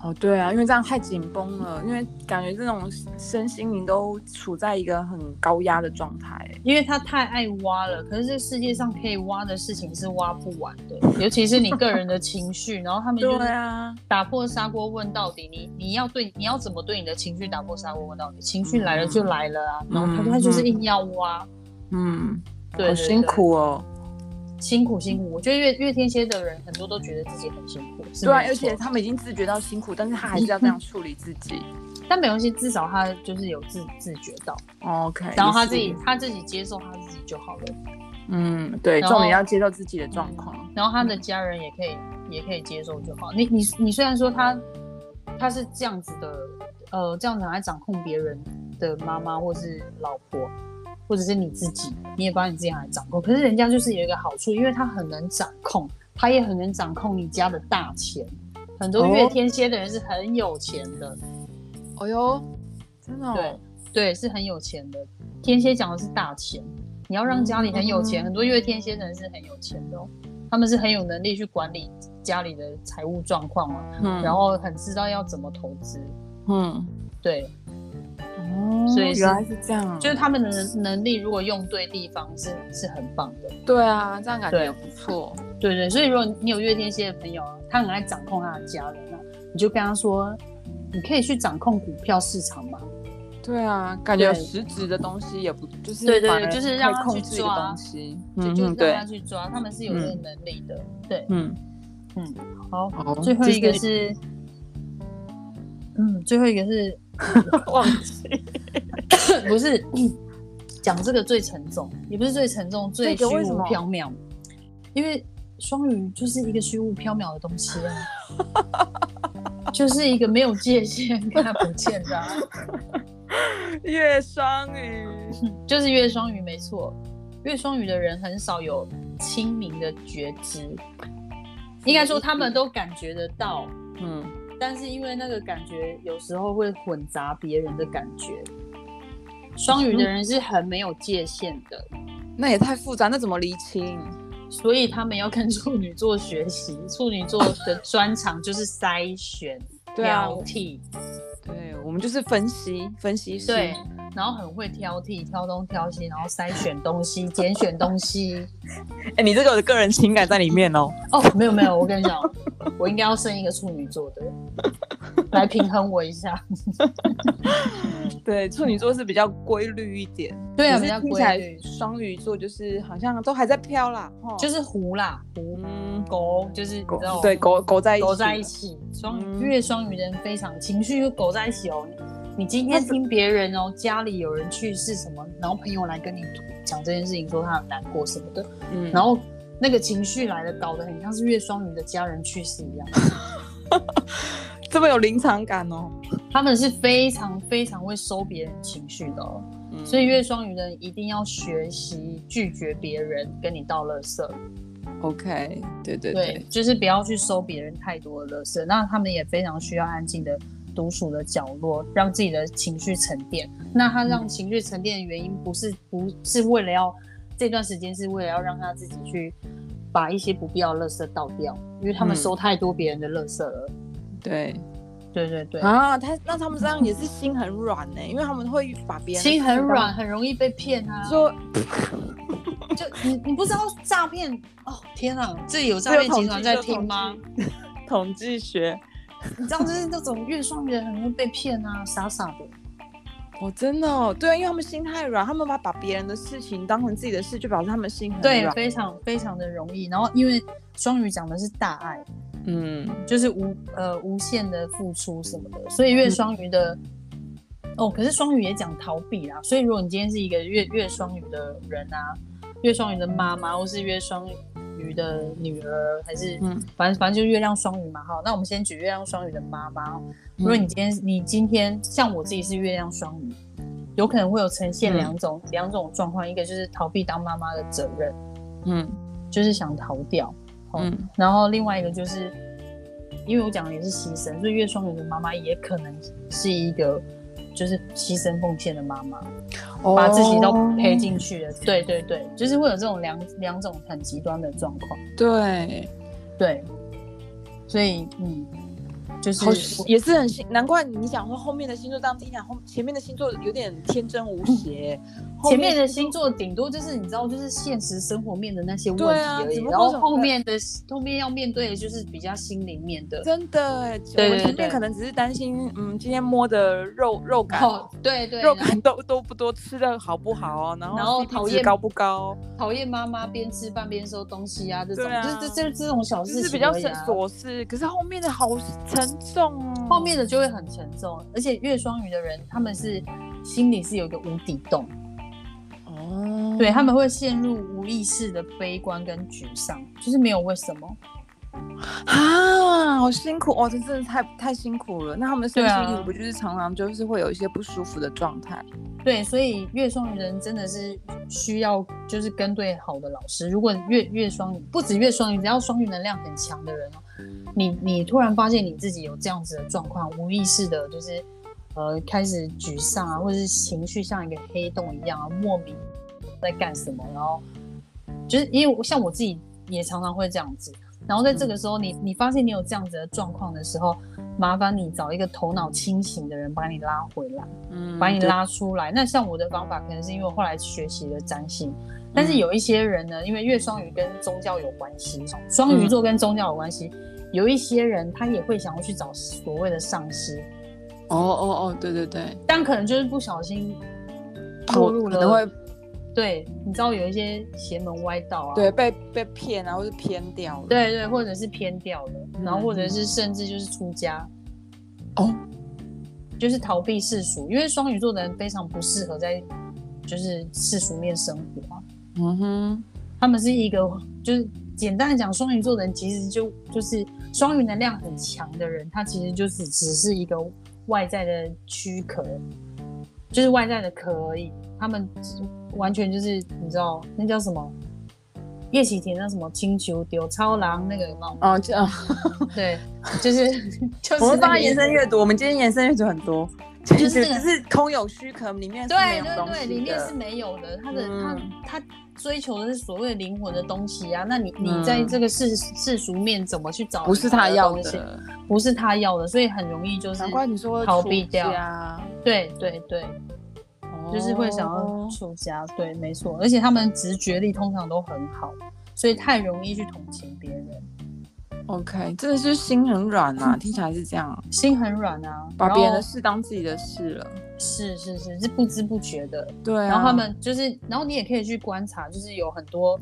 [SPEAKER 1] 哦对啊，因为这样太紧绷了，因为感觉这种身心灵都处在一个很高压的状态。
[SPEAKER 2] 因为他太爱挖了，可是这世界上可以挖的事情是挖不完的，尤其是你个人的情绪。然后他们就
[SPEAKER 1] 对
[SPEAKER 2] 是
[SPEAKER 1] 啊，
[SPEAKER 2] 打破砂锅问到底，你你要对你要怎么对你的情绪打破砂锅问到底？情绪来了就来了啊，然后他
[SPEAKER 1] 嗯
[SPEAKER 2] 他就是硬要挖，
[SPEAKER 1] 嗯，
[SPEAKER 2] 对
[SPEAKER 1] 好
[SPEAKER 2] 对
[SPEAKER 1] 辛
[SPEAKER 2] 对
[SPEAKER 1] 苦哦。
[SPEAKER 2] 辛苦辛苦。我觉得月月天蝎的人很多都觉得自己很辛苦，是
[SPEAKER 1] 对啊，
[SPEAKER 2] 没
[SPEAKER 1] 而
[SPEAKER 2] 错
[SPEAKER 1] 且他们已经自觉到辛苦，但是他还是要这样处理自己。
[SPEAKER 2] 但没关系，至少他就是有自自觉到。
[SPEAKER 1] OK，
[SPEAKER 2] 然后他
[SPEAKER 1] 也是
[SPEAKER 2] 自己，他自己接受他自己就好了，
[SPEAKER 1] 嗯，对，
[SPEAKER 2] 然
[SPEAKER 1] 重
[SPEAKER 2] 后
[SPEAKER 1] 点要接受自己的状况。
[SPEAKER 2] 然后他的家人也可以也可以接受就好。你你你虽然说他他是这样子的，呃，这样子来掌控别人的妈妈或是老婆，或者是你自己，你也把你自己来掌控。可是人家就是有一个好处，因为他很能掌控，他也很能掌控你家的大钱。很多月
[SPEAKER 1] 哦
[SPEAKER 2] 天蝎的人是很有钱的，
[SPEAKER 1] 哎呦，真的、哦，
[SPEAKER 2] 对对，是很有钱的。天蝎讲的是大钱，你要让家里很有钱，
[SPEAKER 1] 嗯
[SPEAKER 2] 很多月天蝎的人是很有钱的、哦，他们是很有能力去管理家里的财务状况啊，
[SPEAKER 1] 嗯，
[SPEAKER 2] 然后很知道要怎么投资。
[SPEAKER 1] 嗯，
[SPEAKER 2] 对，
[SPEAKER 1] 哦，
[SPEAKER 2] 所以是
[SPEAKER 1] 原来是这样，
[SPEAKER 2] 就是他们的能能力，如果用对地方是是很棒的。
[SPEAKER 1] 对啊，这样感觉
[SPEAKER 2] 对
[SPEAKER 1] 也不错。
[SPEAKER 2] 对对，所以如果你有月天蝎的朋友啊，他很爱掌控他的家人啊，你就跟他说，你可以去掌控股票市场吗？
[SPEAKER 1] 对啊，感觉有
[SPEAKER 2] 对
[SPEAKER 1] 实质的东西也不就是
[SPEAKER 2] 对对对
[SPEAKER 1] 反而
[SPEAKER 2] 就是让
[SPEAKER 1] 可以
[SPEAKER 2] 他
[SPEAKER 1] 控
[SPEAKER 2] 去
[SPEAKER 1] 制的
[SPEAKER 2] 抓
[SPEAKER 1] 东西，
[SPEAKER 2] 就
[SPEAKER 1] 嗯嗯
[SPEAKER 2] 就让
[SPEAKER 1] 对
[SPEAKER 2] 他，去抓，他们是有这个能力的。对，
[SPEAKER 1] 嗯，
[SPEAKER 2] 嗯，好。
[SPEAKER 1] 好，
[SPEAKER 2] 最后一个，
[SPEAKER 1] 就是
[SPEAKER 2] 嗯，最后一个是
[SPEAKER 1] 忘 记，
[SPEAKER 2] 不是讲这个最沉重，也不是最沉重，最虚
[SPEAKER 1] 这
[SPEAKER 2] 无
[SPEAKER 1] 个为什么
[SPEAKER 2] 缥缈，因为双鱼就是一个虚无缥缈的东西啊，就是一个没有界限看不见的啊、
[SPEAKER 1] 月双鱼，
[SPEAKER 2] 就是月双鱼没错，月双鱼的人很少有清明的觉知，应该说他们都感觉得到。
[SPEAKER 1] 嗯，
[SPEAKER 2] 但是因为那个感觉有时候会混杂别人的感觉。双鱼的人是很没有界限的，
[SPEAKER 1] 那也太复杂，那怎么厘清？
[SPEAKER 2] 所以他们要跟处女座学 习。处女座的专长就是筛选、
[SPEAKER 1] 对啊
[SPEAKER 2] 挑剔，
[SPEAKER 1] 对我们就是分析分析师，
[SPEAKER 2] 对，然后很会挑剔，挑东挑西，然后筛选东 西、拣选东西。
[SPEAKER 1] 哎，你这个有个人情感在里面哦，
[SPEAKER 2] 哦，没有没有，我跟你 讲，我应该要生一个处女座的，来平衡我一下。
[SPEAKER 1] 对，处女座是比较规律一点，
[SPEAKER 2] 对啊，
[SPEAKER 1] 可
[SPEAKER 2] 比
[SPEAKER 1] 是
[SPEAKER 2] 较
[SPEAKER 1] 听起
[SPEAKER 2] 规
[SPEAKER 1] 来
[SPEAKER 2] 律，
[SPEAKER 1] 双鱼座就是好像都还在飘啦，哦
[SPEAKER 2] 就是糊啦糊
[SPEAKER 1] 嗯，
[SPEAKER 2] 狗，就是你
[SPEAKER 1] 狗
[SPEAKER 2] 知道
[SPEAKER 1] 对狗狗在一起
[SPEAKER 2] 狗在一起，双
[SPEAKER 1] 嗯
[SPEAKER 2] 月双鱼人非常情绪又狗在一起哦。你今天听别人哦，家里有人去世什么，然后朋友来跟你讲这件事情，说他很难过什么的，
[SPEAKER 1] 嗯，
[SPEAKER 2] 然后那个情绪来了，搞得很像是月双鱼的家人去世一样。
[SPEAKER 1] 这么有临场感哦，
[SPEAKER 2] 他们是非常非常会收别人情绪的哦，
[SPEAKER 1] 嗯
[SPEAKER 2] 所以月双鱼人一定要学习拒绝别人跟你倒垃圾，
[SPEAKER 1] OK，对对
[SPEAKER 2] 对，就是不要去收别人太多的垃圾。那他们也非常需要安静的独处的角落，让
[SPEAKER 1] 嗯
[SPEAKER 2] 自己的情绪沉淀。那他让情绪沉淀的原因，不是不是为了要这段时间是为了要让他自己去把一些不必要的垃圾倒掉，因为他们
[SPEAKER 1] 嗯
[SPEAKER 2] 收太多别人的垃圾了。
[SPEAKER 1] 对
[SPEAKER 2] 对对对，
[SPEAKER 1] 啊，他那他们这样也是心很软呢、因为他们会把别人的
[SPEAKER 2] 心很
[SPEAKER 1] 事情当
[SPEAKER 2] 软，，很容易被骗 啊。
[SPEAKER 1] 说
[SPEAKER 2] 就你你不知道诈骗哦，天啊，这里有诈
[SPEAKER 1] 这
[SPEAKER 2] 骗
[SPEAKER 1] 有统
[SPEAKER 2] 集
[SPEAKER 1] 计
[SPEAKER 2] 团在
[SPEAKER 1] 这有
[SPEAKER 2] 听吗？
[SPEAKER 1] 统计学，
[SPEAKER 2] 你知道就是那种越双人很容易被骗啊，傻傻的。
[SPEAKER 1] 我、真的、哦、对啊，因为他们心太软，他们把把别人的事情当成自己的事，就表示他们心很
[SPEAKER 2] 对，
[SPEAKER 1] 软。
[SPEAKER 2] 非常非常的容易。然后因为双鱼讲的是大爱，
[SPEAKER 1] 嗯，
[SPEAKER 2] 就是无呃无限的付出什么的，所以
[SPEAKER 1] 嗯
[SPEAKER 2] 月双鱼的、哦，可是双鱼也讲逃避啦。所以如果你今天是一个月月双鱼的人啊，月双鱼的妈妈，或是月双鱼的女儿，还是、
[SPEAKER 1] 嗯
[SPEAKER 2] 反正反正就月亮双鱼嘛。好，那我们先举月亮双鱼的妈妈哦。
[SPEAKER 1] 嗯
[SPEAKER 2] 如果你今天你今天像我自己是月亮双鱼，有可能会有呈现
[SPEAKER 1] 嗯
[SPEAKER 2] 两种、两种状况，一个就是逃避当妈妈的责任。
[SPEAKER 1] 嗯
[SPEAKER 2] 就是想逃掉。哦
[SPEAKER 1] 嗯
[SPEAKER 2] 然后另外一个就是，因为我讲的也是牺牲，所以月双鱼的妈妈也可能是一个就是牺牲奉献的妈妈，
[SPEAKER 1] 哦
[SPEAKER 2] 把自己都赔进去了。对对对，就是会有这种两两种很极端的状况。
[SPEAKER 1] 对，
[SPEAKER 2] 对，所以嗯，就是
[SPEAKER 1] 好也是很心，难怪你讲说后面的星座这样听讲，后前面的星座有点天真无邪，后
[SPEAKER 2] 嗯前面的星座顶多就是你知道，就是现实生活面的那些问题
[SPEAKER 1] 对啊
[SPEAKER 2] 而已，
[SPEAKER 1] 只不过
[SPEAKER 2] 然后
[SPEAKER 1] 是
[SPEAKER 2] 后面的后面要面对的就是比较心里面的
[SPEAKER 1] 真的哎，
[SPEAKER 2] 对
[SPEAKER 1] 我们前
[SPEAKER 2] 对
[SPEAKER 1] 面可能只是担心，嗯，今天摸的肉肉感。
[SPEAKER 2] 哦，对对，
[SPEAKER 1] 肉
[SPEAKER 2] 然后
[SPEAKER 1] 感都多不多，吃的好不好哦，然后
[SPEAKER 2] 然后
[SPEAKER 1] CP
[SPEAKER 2] 讨
[SPEAKER 1] 值
[SPEAKER 2] 厌
[SPEAKER 1] 高不高，
[SPEAKER 2] 讨厌妈妈边吃饭边收东西啊，这种、
[SPEAKER 1] 对啊
[SPEAKER 2] 就是这这这种小
[SPEAKER 1] 就
[SPEAKER 2] 事
[SPEAKER 1] 是
[SPEAKER 2] 情、啊
[SPEAKER 1] 比较是琐事。可是后面的好沉重哦，
[SPEAKER 2] 后面的就会很沉重，而且月双鱼的人他们是心里是有一个无底洞，
[SPEAKER 1] 哦，
[SPEAKER 2] 对他们会陷入无意识的悲观跟沮丧，就是没有为什么。
[SPEAKER 1] 啊，好辛苦哦，这真的太太辛苦了。那他们身
[SPEAKER 2] 对
[SPEAKER 1] 心
[SPEAKER 2] 啊
[SPEAKER 1] 灵不就是常常就是会有一些不舒服的状态？
[SPEAKER 2] 对，所以月双鱼人真的是需要就是跟对好的老师。如果月月双鱼不止月双鱼，只要双鱼能量很强的人哦，你你突然发现你自己有这样子的状况，无意识的就是呃开始沮丧啊，或者是情绪像一个黑洞一样啊，莫名在干什么，然后就是因为我像我自己也常常会这样子。然后在这个时候，你你发现你有这样子的状况的时候，麻烦你找一个头脑清醒的人把你拉回来。
[SPEAKER 1] 嗯
[SPEAKER 2] 把你拉出来。那像我的方法，可能是因为我后来学习了占星，但是有一些人呢，因为月双鱼跟宗教有关系，双鱼座跟宗教有关系，有一些人他也会想要去找所谓的上师，
[SPEAKER 1] 哦哦哦，对对对，
[SPEAKER 2] 但可能就是不小心落入
[SPEAKER 1] 我可能
[SPEAKER 2] 了
[SPEAKER 1] 会。
[SPEAKER 2] 对，你知道有一些邪门歪道啊，
[SPEAKER 1] 对被被骗啊，或是偏掉了。
[SPEAKER 2] 对对，或者是偏掉了，
[SPEAKER 1] 嗯
[SPEAKER 2] 然后或者是甚至就是出家，
[SPEAKER 1] 哦，
[SPEAKER 2] 就是逃避世俗，因为双鱼座的人非常不适合在就是世俗面生活啊。
[SPEAKER 1] 嗯哼，
[SPEAKER 2] 他们是一个，就是简单的讲，双鱼座的人其实就就是双鱼能量很强的人，他其实就是只是一个外在的躯壳，就是外在的壳而已。他们完全就是你知道那叫什么？叶启田那什么青球丢超狼那个有没有
[SPEAKER 1] 哦，这样。
[SPEAKER 2] 对，就是 就是
[SPEAKER 1] 我们
[SPEAKER 2] 那
[SPEAKER 1] 帮
[SPEAKER 2] 个
[SPEAKER 1] 他延伸阅读，我们今天延伸阅读很多，就是是
[SPEAKER 2] 这个
[SPEAKER 1] 是空有虚壳，里面是没
[SPEAKER 2] 对
[SPEAKER 1] 有东
[SPEAKER 2] 对
[SPEAKER 1] 西
[SPEAKER 2] 对，
[SPEAKER 1] 的
[SPEAKER 2] 里面是没有的。他的、
[SPEAKER 1] 嗯
[SPEAKER 2] 他他追求的是所谓灵魂的东西啊。那你你
[SPEAKER 1] 嗯
[SPEAKER 2] 在这个世、世俗面怎么去找？
[SPEAKER 1] 不是他要
[SPEAKER 2] 东西，
[SPEAKER 1] 的，
[SPEAKER 2] 不是他要的，所以很容易就是
[SPEAKER 1] 难怪你说
[SPEAKER 2] 逃避掉
[SPEAKER 1] 啊，
[SPEAKER 2] 对对对，就是会想要
[SPEAKER 1] 哦
[SPEAKER 2] 出家。对，没错，而且他们直觉力通常都很好，所以太容易去同情别人，
[SPEAKER 1] OK，真的是心很软啊，听起来是这样，
[SPEAKER 2] 心很软啊，
[SPEAKER 1] 把
[SPEAKER 2] 然
[SPEAKER 1] 别人
[SPEAKER 2] 后
[SPEAKER 1] 的事当自己的事了。
[SPEAKER 2] 是是是是不知不觉的，
[SPEAKER 1] 对啊，
[SPEAKER 2] 然后他们就是，然后你也可以去观察，就是有很多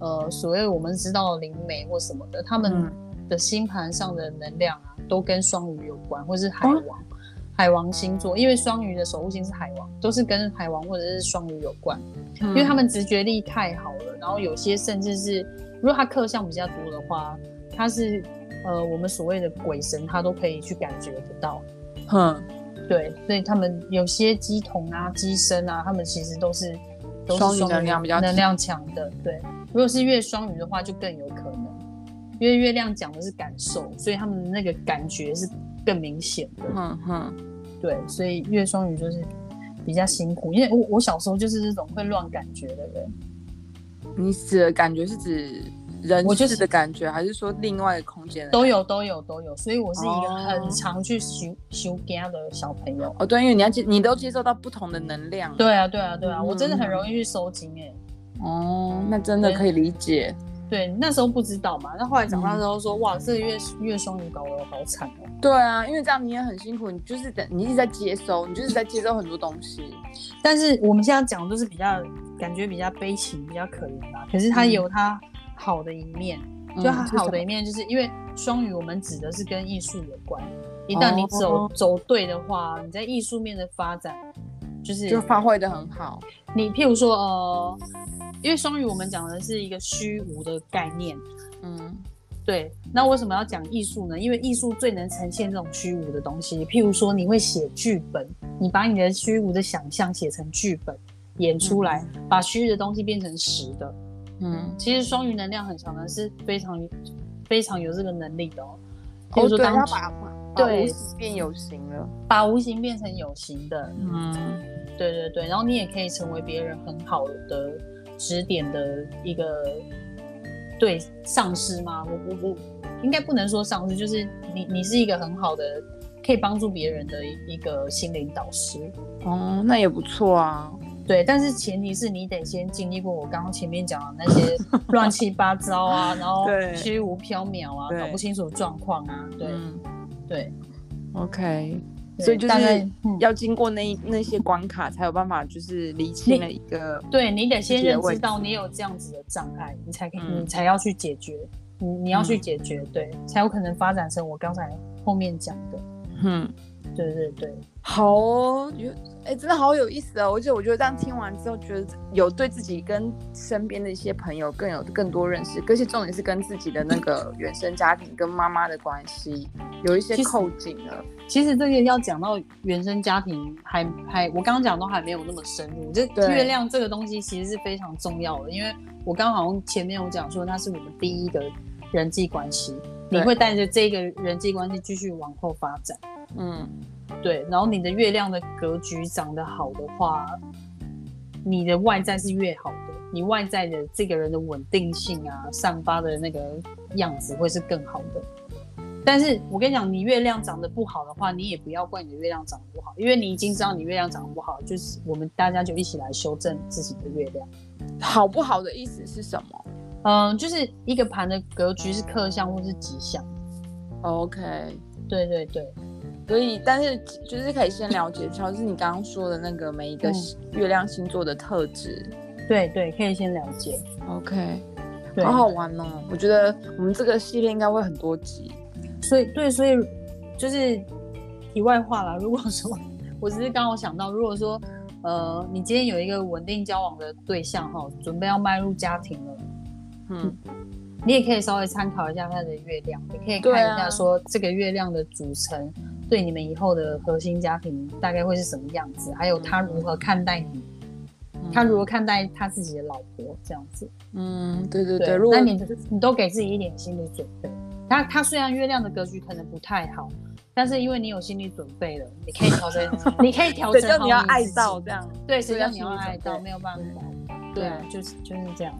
[SPEAKER 2] 呃所谓我们知道的灵媒或什么的，他们的星盘上的能量啊，都跟双鱼有关，或是海王。海王星座，因为双鱼的守护星是海王，都是跟海王或者是双鱼有关，
[SPEAKER 1] 因
[SPEAKER 2] 因为他们直觉力太好了。然后有些甚至是，如果他克相比较多的话，他是呃我们所谓的鬼神，他都可以去感觉得到。
[SPEAKER 1] 哼
[SPEAKER 2] 对，所以他们有些鸡童啊、鸡生啊，他们其实都是都
[SPEAKER 1] 双
[SPEAKER 2] 是
[SPEAKER 1] 鱼
[SPEAKER 2] 双
[SPEAKER 1] 能量比较
[SPEAKER 2] 能量强的。对，如果是月双鱼的话，就更有可能，因为月亮讲的是感受，所以他们的那个感觉是更明显的。
[SPEAKER 1] 哼哼，
[SPEAKER 2] 对，所以月双鱼就是比较辛苦，因为我我小时候就是这种会乱感觉的人，
[SPEAKER 1] 你指的感觉是指人
[SPEAKER 2] 我就
[SPEAKER 1] 事
[SPEAKER 2] 是
[SPEAKER 1] 的感觉，还是说另外一个空间的
[SPEAKER 2] 都
[SPEAKER 1] 感觉？
[SPEAKER 2] 有都有都有，所以我是一个
[SPEAKER 1] 哦
[SPEAKER 2] 很常去修修 g 的小朋友。
[SPEAKER 1] 哦，对，因为你要接，你都接受到不同的能量。，
[SPEAKER 2] 对啊，对啊，对啊，我真的很
[SPEAKER 1] 嗯
[SPEAKER 2] 容易去收精哎、
[SPEAKER 1] 哦，那真的
[SPEAKER 2] 对
[SPEAKER 1] 可以理解。
[SPEAKER 2] 对，那时候不知道嘛，那后来
[SPEAKER 1] 嗯
[SPEAKER 2] 长大之后说，哇，这个月月双鱼搞得我好惨哦、
[SPEAKER 1] 对啊，因为这样你也很辛苦，你就是等你一直在接收，你就是在接收很多东西。
[SPEAKER 2] 但是我们现在讲的都是比较感觉比较悲情、比较可怜啦，可是它
[SPEAKER 1] 嗯
[SPEAKER 2] 有它好的一面，
[SPEAKER 1] 嗯
[SPEAKER 2] 就它
[SPEAKER 1] 是
[SPEAKER 2] 好
[SPEAKER 1] 什
[SPEAKER 2] 的
[SPEAKER 1] 么
[SPEAKER 2] 一面就是因为双鱼我们指的是跟艺术有关，一旦你走、
[SPEAKER 1] 哦
[SPEAKER 2] 走对的话，你在艺术面的发展就是
[SPEAKER 1] 就发挥的很好。
[SPEAKER 2] 你譬如说呃，因为双鱼我们讲的是一个虚无的概念，
[SPEAKER 1] 嗯
[SPEAKER 2] 对，那为什么要讲艺术呢？因为艺术最能呈现这种虚无的东西。譬如说，你会写剧本，你把你的虚无的想象写成剧本，演出来，把虚的东西变成实的。
[SPEAKER 1] 嗯，
[SPEAKER 2] 其实双鱼能量很强的，是非常非常有这个能力的哦。譬
[SPEAKER 1] 哦
[SPEAKER 2] 如说
[SPEAKER 1] 对，
[SPEAKER 2] 当
[SPEAKER 1] 他
[SPEAKER 2] 时
[SPEAKER 1] 把把
[SPEAKER 2] 对
[SPEAKER 1] 无形变有形了。
[SPEAKER 2] 把无形变成有形的，
[SPEAKER 1] 嗯，
[SPEAKER 2] 对对对，然后你也可以成为别人很好的指点的一个对上司吗？我我我应该不能说上司，就是你你是一个很好的可以帮助别人的一个心灵导师。
[SPEAKER 1] 哦，那也不错啊。
[SPEAKER 2] 对，但是前提是你得先经历过我刚刚前面讲的 那些乱七八糟啊，然后
[SPEAKER 1] 对
[SPEAKER 2] 虚无缥缈啊，
[SPEAKER 1] 对
[SPEAKER 2] 搞不清楚状况啊，对、
[SPEAKER 1] 嗯
[SPEAKER 2] 对，
[SPEAKER 1] ，OK，
[SPEAKER 2] 对
[SPEAKER 1] 所以就
[SPEAKER 2] 大概
[SPEAKER 1] 是
[SPEAKER 2] 嗯
[SPEAKER 1] 要经过那一那些关卡，才有办法就是理清
[SPEAKER 2] 那
[SPEAKER 1] 了一个
[SPEAKER 2] 对你得先认
[SPEAKER 1] 自己的位
[SPEAKER 2] 知
[SPEAKER 1] 置
[SPEAKER 2] 到你有这样子的障碍，你才可以，
[SPEAKER 1] 嗯
[SPEAKER 2] 你才要去解决，你你要去
[SPEAKER 1] 嗯
[SPEAKER 2] 解决，对，才有可能发展成我刚才后面讲的，
[SPEAKER 1] 嗯。
[SPEAKER 2] 对对对，
[SPEAKER 1] 好哦，有哎、真的好有意思哦！而且我觉得这样听完之后，觉得有对自己跟身边的一些朋友更有更多认识，而且重点是跟自己的那个原生家庭跟妈妈的关系有一些
[SPEAKER 2] 其实
[SPEAKER 1] 扣紧了。
[SPEAKER 2] 其实这个要讲到原生家庭还，还我刚刚讲都还没有那么深入。这
[SPEAKER 1] 对
[SPEAKER 2] 月亮这个东西其实是非常重要的，因为我刚好像前面有讲说，它是我们第一个人际关系，你
[SPEAKER 1] 对
[SPEAKER 2] 会带着这个人际关系继续往后发展。
[SPEAKER 1] 嗯，
[SPEAKER 2] 对，然后你的月亮的格局长得好的话，你的外在是越好的，你外在的这个人的稳定性啊，散发的那个样子会是更好的。但是我跟你讲，你月亮长得不好的话，你也不要怪你的月亮长得不好，因为你已经知道你月亮长得不好，就是我们大家就一起来修正自己的月亮。
[SPEAKER 1] 好不好的意思是什么
[SPEAKER 2] 嗯，就是一个盘的格局是克相或是吉相。
[SPEAKER 1] ？OK，
[SPEAKER 2] 对对对，
[SPEAKER 1] 所以但是就是可以先了解一下，就是你刚刚说的那个每一个
[SPEAKER 2] 嗯
[SPEAKER 1] 月亮星座的特质。
[SPEAKER 2] 对对，可以先了解。
[SPEAKER 1] OK，
[SPEAKER 2] 对
[SPEAKER 1] 好好玩哦！我觉得我们这个系列应该会很多集。
[SPEAKER 2] 所以对，所以就是题外话啦。如果说，我只是刚好想到，如果说，呃，你今天有一个稳定交往的对象哈、准备要迈入家庭了，
[SPEAKER 1] 嗯，
[SPEAKER 2] 你也可以稍微参考一下他的月亮，也可以看
[SPEAKER 1] 对啊
[SPEAKER 2] 一下说这个月亮的组成对你们以后的核心家庭大概会是什么样子，还有他如何看待你，嗯他如何看待他自己的老婆这样子。
[SPEAKER 1] 嗯，对对
[SPEAKER 2] 对
[SPEAKER 1] 对，如果
[SPEAKER 2] 那你你都给自己一点心理准备。他他虽然月亮的格局可能不太好，但是因为你有心理准备了，你可以 调整，你可以调
[SPEAKER 1] 谁
[SPEAKER 2] 整好
[SPEAKER 1] 叫你要爱
[SPEAKER 2] 自己
[SPEAKER 1] 到这，样？
[SPEAKER 2] 对，谁
[SPEAKER 1] 对
[SPEAKER 2] 叫
[SPEAKER 1] 要
[SPEAKER 2] 你要
[SPEAKER 1] 心理
[SPEAKER 2] 爱
[SPEAKER 1] 准
[SPEAKER 2] 到，
[SPEAKER 1] 备
[SPEAKER 2] 没有办法。
[SPEAKER 1] 对
[SPEAKER 2] 对啊，就是就是这样。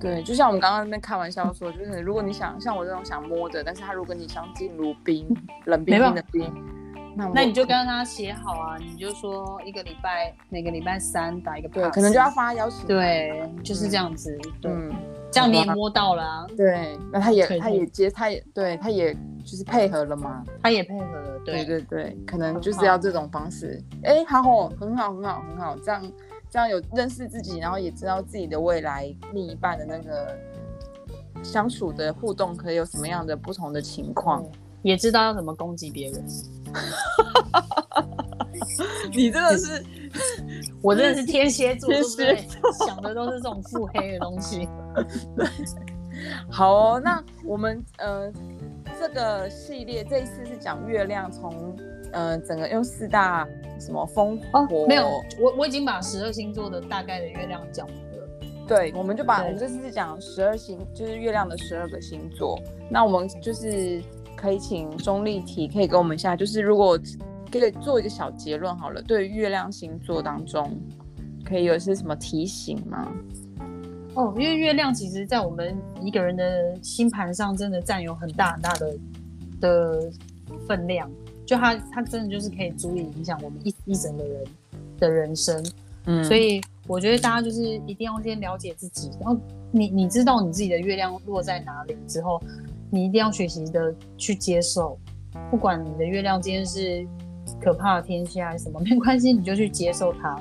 [SPEAKER 1] 对，就像我们刚刚那边开玩笑说，就是如果你想像我这种想摸的，但是他如果你相敬如宾，冷冰
[SPEAKER 2] 没
[SPEAKER 1] 冰
[SPEAKER 2] 办
[SPEAKER 1] 的
[SPEAKER 2] 法
[SPEAKER 1] 冰，那
[SPEAKER 2] 那
[SPEAKER 1] 我
[SPEAKER 2] 你就跟他写好啊，你就说一个礼拜，每个礼拜三打一个 pass，
[SPEAKER 1] 对，可能就要发邀请。，
[SPEAKER 2] 对，就是这样子。对，
[SPEAKER 1] 嗯，
[SPEAKER 2] 这样你也摸到了啊，
[SPEAKER 1] 对，那他也
[SPEAKER 2] 可以
[SPEAKER 1] 他也接，他也对，他也就是配合了嘛。
[SPEAKER 2] 他也配合了。对
[SPEAKER 1] 对对，可能
[SPEAKER 2] 很
[SPEAKER 1] 就是
[SPEAKER 2] 好
[SPEAKER 1] 要这种方式。哎，好好，很好，很好，很好，这样这样有认识自己，然后也知道自己的未来另一半的那个相处的互动，可以有什么样的不同的情况。
[SPEAKER 2] 对也知道要怎么攻击别人，嗯
[SPEAKER 1] 你真的是
[SPEAKER 2] 我真的 是天蝎座，
[SPEAKER 1] 天
[SPEAKER 2] 对不对想的都是这种腹黑的东西。
[SPEAKER 1] 好哦，那我们呃这个系列这一次是讲月亮从呃整个用四大什么风
[SPEAKER 2] 哦
[SPEAKER 1] 火，
[SPEAKER 2] 没有，我我已经把十二星座的大概的月亮讲完了。
[SPEAKER 1] 对，我们就把
[SPEAKER 2] 对
[SPEAKER 1] 我们这次是讲十二星，就是月亮的十二个星座。那我们就是可以请钟丽缇可以给我们一下，就是如果可以做一个小结论好了，对于月亮星座当中可以有一些什么提醒吗？
[SPEAKER 2] 哦，因为月亮其实，在我们一个人的星盘上，真的占有很大很大的的分量。就它，它真的就是可以足以影响我们一一整个人的人生。
[SPEAKER 1] 嗯，
[SPEAKER 2] 所以我觉得大家就是一定要先了解自己，然后你你知道你自己的月亮落在哪里之后，你一定要学习的去接受，不管你的月亮今天是可怕的天蝎还是什么，没关系，你就去接受它，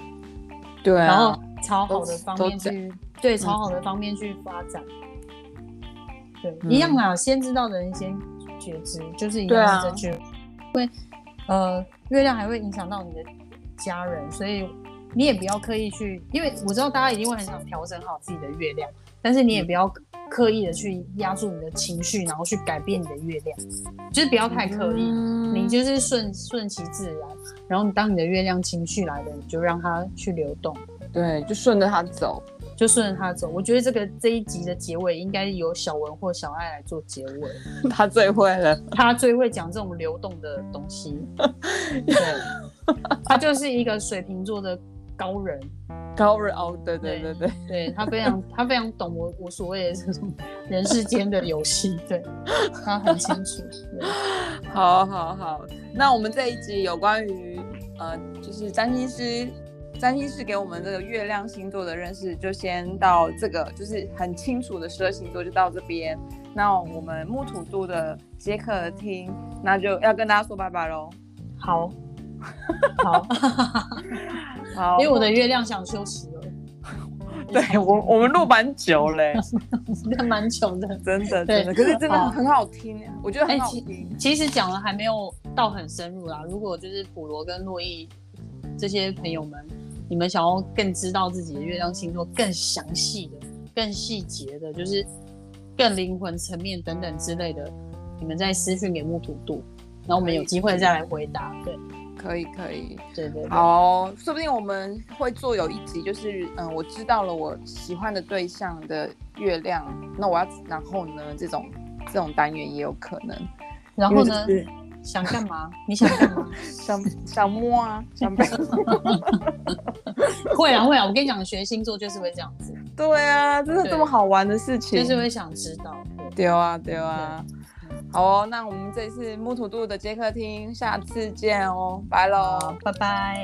[SPEAKER 1] 对啊，
[SPEAKER 2] 然后朝好的方面
[SPEAKER 1] 都
[SPEAKER 2] 去，对，朝
[SPEAKER 1] 嗯
[SPEAKER 2] 好的方面去发展。对，
[SPEAKER 1] 嗯
[SPEAKER 2] 一样啦，先知道的人先觉知，就是一
[SPEAKER 1] 对
[SPEAKER 2] 样
[SPEAKER 1] 啊
[SPEAKER 2] 是这句，因为呃，月亮还会影响到你的家人，所以你也不要刻意去，因为我知道大家一定会很想调整好自己的月亮，但是你也不要刻意的去压住你的情绪，然后去改变你的月亮，就是不要太刻意。
[SPEAKER 1] 嗯
[SPEAKER 2] 你就是顺顺其自然，然后你当你的月亮情绪来了，你就让它去流动，
[SPEAKER 1] 嗯对，就顺着它走。
[SPEAKER 2] 就顺着它走。我觉得这个这一集的结尾应该由小文或小爱来做结尾，
[SPEAKER 1] 他最会了，
[SPEAKER 2] 他最会讲这种流动的东西。对，他就是一个水瓶座的高人，
[SPEAKER 1] 高人哦，对对对对，
[SPEAKER 2] 对他非常他非常懂我我所谓的这种人世间的游戏，对他很清楚。对
[SPEAKER 1] 好好好，那我们这一集有关于呃，就是占星师，占星师给我们这个月亮星座的认识，就先到这个，就是很清楚的十二星座就到这边。那我们木土度的接客厅，那就要跟大家说拜拜喽。
[SPEAKER 2] 好，好，
[SPEAKER 1] 好，
[SPEAKER 2] 因为我的月亮想休息了，
[SPEAKER 1] 对我我 们录蛮久嘞，
[SPEAKER 2] 那蛮久的。
[SPEAKER 1] 真的
[SPEAKER 2] 对
[SPEAKER 1] 真的，可是真的
[SPEAKER 2] 好
[SPEAKER 1] 很好听，我觉得很
[SPEAKER 2] 哎
[SPEAKER 1] 好
[SPEAKER 2] 其
[SPEAKER 1] 听。
[SPEAKER 2] 其实讲的还没有到很深入啦。如果就是普罗跟洛伊这些朋友们，你们想要更知道自己的月亮星座更详细的、更细节的，就是更灵魂层面等等之类的，你们再私讯给木土度，然后我们有机会再来回答。对
[SPEAKER 1] 可以可以，
[SPEAKER 2] 对对对，
[SPEAKER 1] 好，哦说不定我们会做有一集，就是嗯，我知道了我喜欢的对象的月亮，那我要然后呢，这种这种单元也有可能。
[SPEAKER 2] 然后呢
[SPEAKER 1] 因，为
[SPEAKER 2] 想干嘛？你想干嘛？
[SPEAKER 1] 就 是想想摸啊，想被。
[SPEAKER 2] 会啊会啊！我跟你讲，学星座就是会这样子，
[SPEAKER 1] 对啊，真的
[SPEAKER 2] 对
[SPEAKER 1] 这么好玩的事情。
[SPEAKER 2] 就是会想知道。对
[SPEAKER 1] 对啊，对啊。好哦，那我们这次木土度的接客厅，下次见哦，拜喽。
[SPEAKER 2] 好，拜拜。